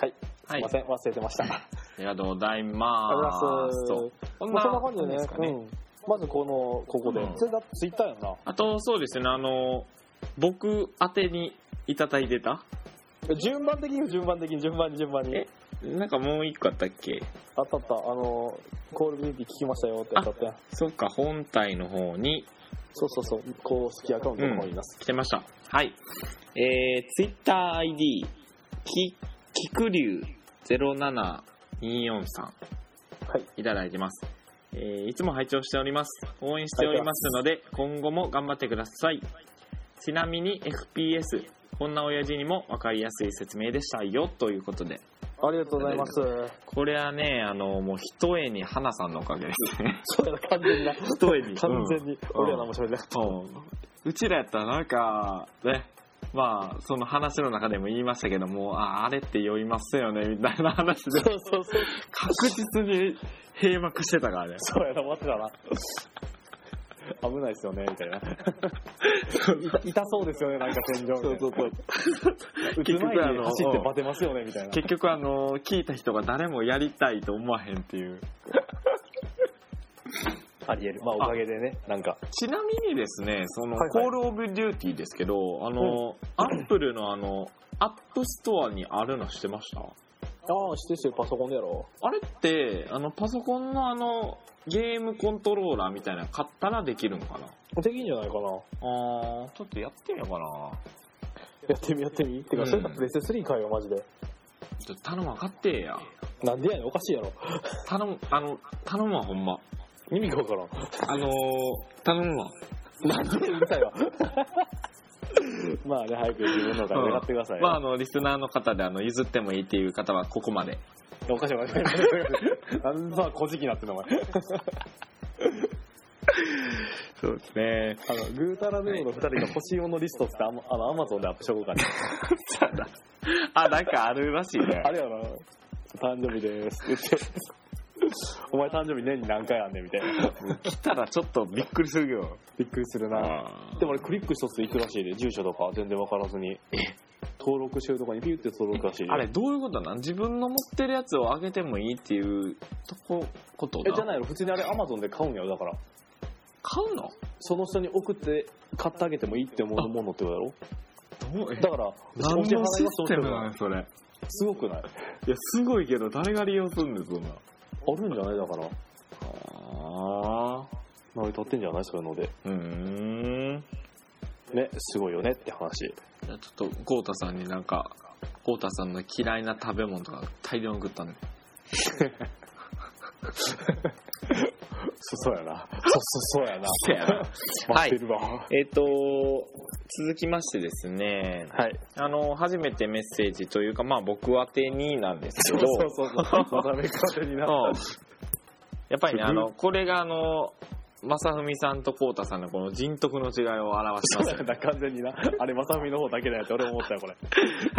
[SPEAKER 2] はい。
[SPEAKER 1] はい。
[SPEAKER 2] すいません、忘れてました。あり
[SPEAKER 1] ありがとうございます。
[SPEAKER 2] がとうございます。
[SPEAKER 1] そう。こん
[SPEAKER 2] ま
[SPEAKER 1] な
[SPEAKER 2] あ、そんな感じで
[SPEAKER 1] で
[SPEAKER 2] ね
[SPEAKER 1] すかね。
[SPEAKER 2] うん、まずこのここで、
[SPEAKER 1] うん
[SPEAKER 2] それだツイッターやんな
[SPEAKER 1] あと、そうですね、あの、僕宛てにいただいてた
[SPEAKER 2] え順番的に順番的に順番に順番に
[SPEAKER 1] えなんかもう一個あったっけ
[SPEAKER 2] あったあったあのコールビューティー聞きましたよってやつあったやん
[SPEAKER 1] そっか、本体の方に
[SPEAKER 2] そうそうそう公式アカウントの方にいます、
[SPEAKER 1] 来てました。はい。えー、TwitterID、き、きくりゅう07243。
[SPEAKER 2] はい
[SPEAKER 1] いただいてます。えーいつも拝聴しております。応援しておりますので、今後も頑張ってください。ちなみに FPS、こんな親父にも分かりやすい説明でしたよ、ということで。
[SPEAKER 2] ありがとうございます
[SPEAKER 1] これはね、あの、もう一重に花さんのおかげですね。
[SPEAKER 2] そうやな完全にな
[SPEAKER 1] 一
[SPEAKER 2] *laughs*
[SPEAKER 1] 重に。
[SPEAKER 2] 完全に、俺ら何も喋れなかっ
[SPEAKER 1] うちらやったらなんかねまあその話の中でも言いましたけどもああれって酔いますよねみたいな話
[SPEAKER 2] た、
[SPEAKER 1] で
[SPEAKER 2] そうそうそう
[SPEAKER 1] 確実に閉幕してたからね
[SPEAKER 2] そうやな待ってたな危ないですよねみたいない *laughs* 痛そうですよねなんか天井みたいな
[SPEAKER 1] そう
[SPEAKER 2] *laughs*
[SPEAKER 1] そう
[SPEAKER 2] 打つ前
[SPEAKER 1] 結局あ
[SPEAKER 2] に
[SPEAKER 1] の
[SPEAKER 2] 走ってバテますよねみたいな
[SPEAKER 1] 結局あの聞いた人が誰もやりたいと思わへんっていう
[SPEAKER 2] ありえるまあおかげでねなんか
[SPEAKER 1] ちなみにですねその、
[SPEAKER 2] はいはい
[SPEAKER 1] コールオブデューティーですけどあの、アップルのあのアップストアにあるのしてました
[SPEAKER 2] ああ、してしてパソコンでやろ。
[SPEAKER 1] あれってあのパソコンのあのゲームコントローラーみたいなの買ったらできるんかな
[SPEAKER 2] できんじゃないかな。
[SPEAKER 1] あー、ちょっとやってみようかな。
[SPEAKER 2] やってみやってみ。てか、
[SPEAKER 1] うん
[SPEAKER 2] それだってレセ3買えよ、マジで。
[SPEAKER 1] ちょっと頼むわ、買ってや。
[SPEAKER 2] なんでやねん、おかしいやろ。
[SPEAKER 1] 頼む、あの、頼むわ、ほんま。
[SPEAKER 2] 意味がわからん。
[SPEAKER 1] あのー、頼むわ。
[SPEAKER 2] なんでうるさいわ。 *laughs* まあね、早く自分のお金で買ってくださいよ。
[SPEAKER 1] まあ、あの、リスナーの方で、あの、譲ってもいいっていう方は、ここまで。
[SPEAKER 2] おかしいわ。なんでさ、小じきなってんの、お前。
[SPEAKER 1] そうですね。
[SPEAKER 2] あの、グータラヌーの二人が欲しいものリストっつって、あの、あのアマゾンでアップしとこうかね。
[SPEAKER 1] あ、なんかあるらしいね
[SPEAKER 2] あ。れやな。誕生日ですって言って。 *laughs* お前誕生日年に何回あんねんみたいな。
[SPEAKER 1] 来たらちょっとびっくりするよ。
[SPEAKER 2] びっくりするな。でもあれクリック一つで行くらしいで、住所とか全然分からずに、登録してるとかにピュって登録らしいで。
[SPEAKER 1] あれ、どういうことなん自分の持ってるやつをあげてもいいっていうとこ、こと
[SPEAKER 2] え、じゃ
[SPEAKER 1] だ。
[SPEAKER 2] ないの普通にあれ Amazon で買うんやろ、だから。
[SPEAKER 1] 買うの
[SPEAKER 2] その人に送って買ってあげてもいいって思うものってことやろ
[SPEAKER 1] どうえ
[SPEAKER 2] だから、
[SPEAKER 1] 何のシステムなの
[SPEAKER 2] の
[SPEAKER 1] それ。
[SPEAKER 2] すごくない
[SPEAKER 1] いや、すごいけど、誰が利用するんですそんな。
[SPEAKER 2] あるんじゃないだから。
[SPEAKER 1] ああ。
[SPEAKER 2] 成り立ってんじゃないそういうので。
[SPEAKER 1] うーん。
[SPEAKER 2] ね、すごいよねって話。
[SPEAKER 1] じゃあちょっと、ゴータさんになんか、ゴータさんの嫌いな食べ物とか大量に食ったんで。
[SPEAKER 2] そ、そうやな。そ、そ、そうやな。
[SPEAKER 1] そうやなは
[SPEAKER 2] 待
[SPEAKER 1] い
[SPEAKER 2] ってるわ。は
[SPEAKER 1] えっ、と、続きましてですね、
[SPEAKER 2] い。
[SPEAKER 1] あの、初めてメッセージというか、まあ僕宛てになんですけ
[SPEAKER 2] そう
[SPEAKER 1] ど、
[SPEAKER 2] そうそう。まためかせにな
[SPEAKER 1] うん
[SPEAKER 2] った。
[SPEAKER 1] *laughs* やっぱりね、あ
[SPEAKER 2] すごい
[SPEAKER 1] の、これがあの、正文さんとコータさんのこの人徳の違いを表し
[SPEAKER 2] そ
[SPEAKER 1] ま
[SPEAKER 2] う
[SPEAKER 1] す
[SPEAKER 2] や
[SPEAKER 1] よね。
[SPEAKER 2] な、完全にな。あれ、まさみの方だけだよって俺思ったよ、これ。
[SPEAKER 1] は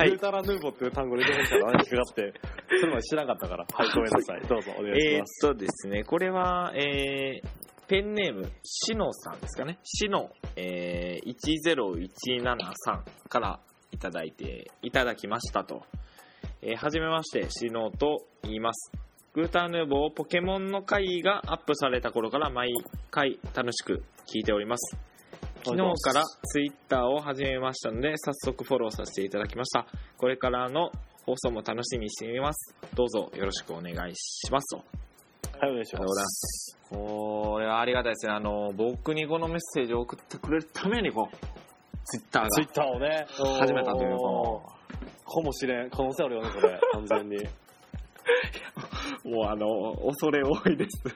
[SPEAKER 2] グ
[SPEAKER 1] い
[SPEAKER 2] ー。タラヌーボーっていう単語で出てきたら何かかって、それまで知らなかったから。はい、ごめんなさい。どうぞお願いし
[SPEAKER 1] えーっ
[SPEAKER 2] ます。
[SPEAKER 1] とですね、これは、えーペンネーム、しのさんですかね。しの、えー10173からいただいて、いただきましたと。えーはじめまして、しのと言います。グーターヌーボーポケモンの会がアップされた頃から毎回楽しく聞いております。昨日からツイッターを始めましたので、早速フォローさせていただきました。これからの放送も楽しみにしています。どうぞよろしくお願いしますと。
[SPEAKER 2] はい、お願いし
[SPEAKER 1] ありがとうござい
[SPEAKER 2] ま。
[SPEAKER 1] ますこれはありがたいですね。あの、僕にこのメッセージを送ってくれるために、こう、ツイッター
[SPEAKER 2] ツイッターを
[SPEAKER 1] が
[SPEAKER 2] ね、
[SPEAKER 1] 始めたという、こ
[SPEAKER 2] かもしれん。可能性あるよね、こ
[SPEAKER 1] *laughs*
[SPEAKER 2] れ。完全に。
[SPEAKER 1] の、もうあの、恐れ多いです。 *laughs*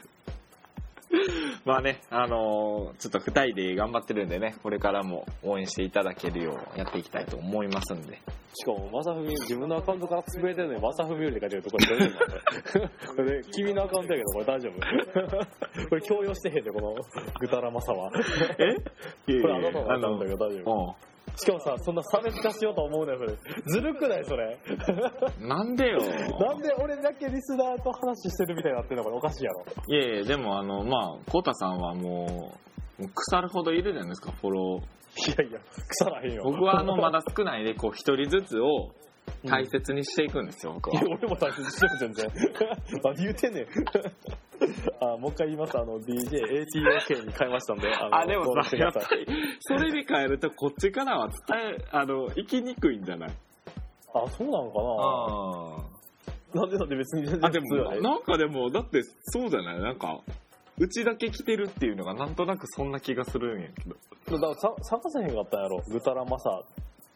[SPEAKER 1] まあね、あの、ちょっと二人で頑張ってるんでね、これからも応援していただけるようやっていきたいと思いますんで。
[SPEAKER 2] しかも、まさふみ、自分のアカウントから潰れてるのに、まさふみよりって書いてるとこれ大丈夫なのこれ、君のアカウントやけど、これ大丈
[SPEAKER 1] *laughs*
[SPEAKER 2] 夫これ強要してへんで、この、ぐたらまさは。こ
[SPEAKER 1] え
[SPEAKER 2] れ、あなたのアカウントやけど大丈夫。
[SPEAKER 1] うん。
[SPEAKER 2] しかもさ、そんな差別化しようと思うねそれ。ずるくないそれ。
[SPEAKER 1] なんでよ。
[SPEAKER 2] なんで俺だけリスナーと話してるみたいになってんのこれおかしいやろ。
[SPEAKER 1] いやいや、でもあの、まあ、コウタさんはもう、もう腐るほどいるじゃないですか、フォロー。
[SPEAKER 2] いやいや、腐らへんよ。
[SPEAKER 1] 僕はあ
[SPEAKER 2] *laughs*
[SPEAKER 1] の、まだ少ないで、こう、一人ずつを大切にしていくんですよ、僕
[SPEAKER 2] いや、
[SPEAKER 1] は。
[SPEAKER 2] 俺も大切にしてる全然。何言うてんね *laughs* ん。あ、もう一回言います。あの、DJATOK に変えましたんで。あ
[SPEAKER 1] *laughs*
[SPEAKER 2] の
[SPEAKER 1] あ、でも
[SPEAKER 2] 登録し
[SPEAKER 1] さ、
[SPEAKER 2] てく
[SPEAKER 1] や
[SPEAKER 2] だ
[SPEAKER 1] っ
[SPEAKER 2] さ
[SPEAKER 1] ぱり、
[SPEAKER 2] い
[SPEAKER 1] *laughs* それに変えると、こっちからは伝え、あの、行きにくいんじゃない
[SPEAKER 2] あ、そうなのか
[SPEAKER 1] ああ。
[SPEAKER 2] ななんでなんで別に全然
[SPEAKER 1] あ、でも
[SPEAKER 2] 普通や、ね
[SPEAKER 1] なんかでも、だって、そうじゃないなんか、うちだけ来てるっていうのが、なんとなくそんな気がするんやけど。
[SPEAKER 2] だからさ探せへんかったんやろ。ぐたらまさ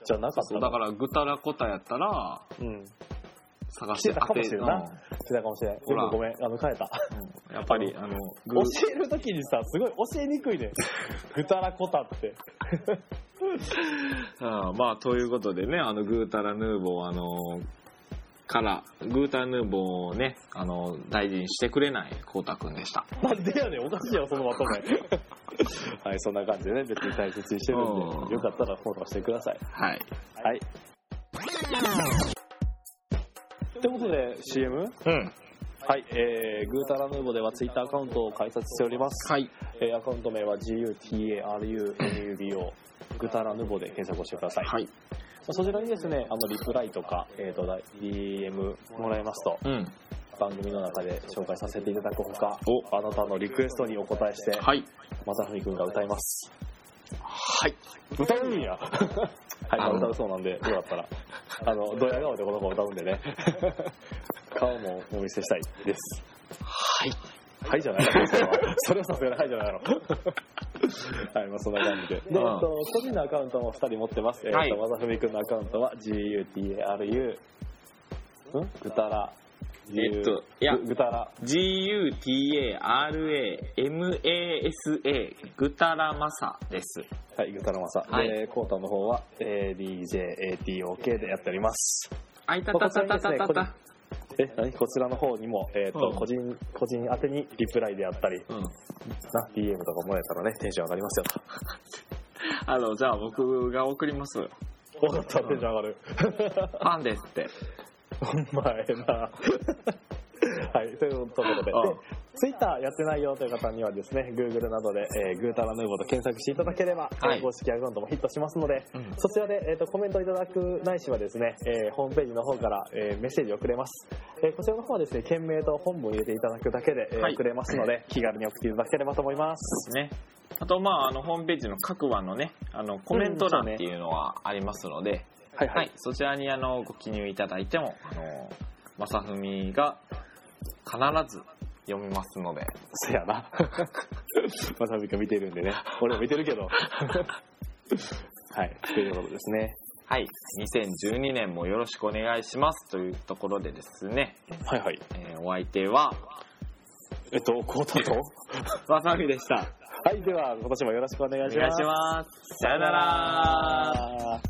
[SPEAKER 2] じゃなかった
[SPEAKER 1] そう
[SPEAKER 2] の
[SPEAKER 1] だから、ぐたらこたやったら、
[SPEAKER 2] うん。
[SPEAKER 1] 探し
[SPEAKER 2] して
[SPEAKER 1] *laughs*
[SPEAKER 2] てたかもしれんな
[SPEAKER 1] 当て
[SPEAKER 2] してたかもしれない。
[SPEAKER 1] ほら
[SPEAKER 2] 全部ごめん。あの、変えた。
[SPEAKER 1] うんやっぱり、あの、ぐ
[SPEAKER 2] 教えるときにさ、すごい教えにくいね。ぐたらこたって。
[SPEAKER 1] ああ *laughs* まあ、ということでね、あの、ぐーたらヌーボー、あの、から、ぐーたらヌーボーをね、あの、大事にしてくれない、こうたくんでした。
[SPEAKER 2] なんでやねん。おかしいやろ、そのまと
[SPEAKER 1] *laughs*
[SPEAKER 2] め。はい、そんな感じでね、別に大切にしてるん
[SPEAKER 1] うん
[SPEAKER 2] で、よかったらフォローしてください。
[SPEAKER 1] はい。
[SPEAKER 2] はい。ということで CM?
[SPEAKER 1] うん。
[SPEAKER 2] はい、えー、グータラヌーボではツイッターアカウントを開設しております。
[SPEAKER 1] はい。
[SPEAKER 2] えーアカウント名は GUTARUNUBO、グータラヌーボで検索をしてください。ま
[SPEAKER 1] はい。
[SPEAKER 2] あそちらにですね、あの、リプライとか、えっ、と、DM もらえますと、
[SPEAKER 1] うん。
[SPEAKER 2] 番組の中で紹介させていただくほか、
[SPEAKER 1] お
[SPEAKER 2] あなたのリクエストにお答えして、
[SPEAKER 1] はい。
[SPEAKER 2] まさふみくんが歌います。
[SPEAKER 1] はい。
[SPEAKER 2] 歌うんや *laughs* はい、まあ歌うそうなんで、よ
[SPEAKER 1] *laughs*
[SPEAKER 2] かったら。あの、ドヤ顔でこの子歌うんでね。 *laughs* 顔もお見せしたいです。
[SPEAKER 1] はい。
[SPEAKER 2] はいじゃないだろそれはそれはさすがにはいじゃないの *laughs* はいまあそんな感じでで、
[SPEAKER 1] うん
[SPEAKER 2] えっと、個人のアカウントも2人持ってます、
[SPEAKER 1] は
[SPEAKER 2] え
[SPEAKER 1] い
[SPEAKER 2] っとまさふみくんのアカウントは GUTARU んぐたら
[SPEAKER 1] えっといや
[SPEAKER 2] ぐぐたら
[SPEAKER 1] G-U-T-A-R-A-M-A-S-A、ぐたらまさです。
[SPEAKER 2] はいぐたらまさ、
[SPEAKER 1] はい
[SPEAKER 2] でコータの方は DJATOK でやっております
[SPEAKER 1] あいたたたたたたた。
[SPEAKER 2] え何こちらの方にも、えっと
[SPEAKER 1] うん
[SPEAKER 2] 個人個人宛てにリプライであったり
[SPEAKER 1] うん。
[SPEAKER 2] な DM とかもらえたらねテンション上がりますよ
[SPEAKER 1] あの、じゃあ僕が送ります。
[SPEAKER 2] 分かったテンション上がる
[SPEAKER 1] ファンですって。
[SPEAKER 2] *laughs* お前 *laughs* な。はい、ということで、
[SPEAKER 1] うん
[SPEAKER 2] ツイッターやってないよという方にはですね、Google などで、えー、グータラヌーボーと検索していただければ、
[SPEAKER 1] はい
[SPEAKER 2] 公式アカウントもヒットしますので、
[SPEAKER 1] うん
[SPEAKER 2] そちらで、えー、とコメントいただくないしはですね、えーホームページの方から、えーメッセージをくれます、えーこちらの方はですね、件名と本文を入れていただくだけで、えー
[SPEAKER 1] はい
[SPEAKER 2] くれますので、気軽に送っていただければと思います。
[SPEAKER 1] ね。あと、まあ、あの、ホームページの各話のね、あの、コメント欄っていうのはありますので、
[SPEAKER 2] はい
[SPEAKER 1] はい、そちらに、あの、ご記入いただいても、あの、まさふみが必ず読みますので、
[SPEAKER 2] そやな。 *laughs* まさみくん見てるんでね。俺も見てるけ *laughs* ど。はい。ということですね。
[SPEAKER 1] はい、2012年もよろしくお願いしますというところでですね、
[SPEAKER 2] はいはい。
[SPEAKER 1] えーお相手は、
[SPEAKER 2] えっと、コータと。 *laughs* は
[SPEAKER 1] まさふみでした。
[SPEAKER 2] い、では、今年もよろしくお願
[SPEAKER 1] お
[SPEAKER 2] いしま
[SPEAKER 1] 願い
[SPEAKER 2] す。
[SPEAKER 1] します。さよなら。
[SPEAKER 2] ら。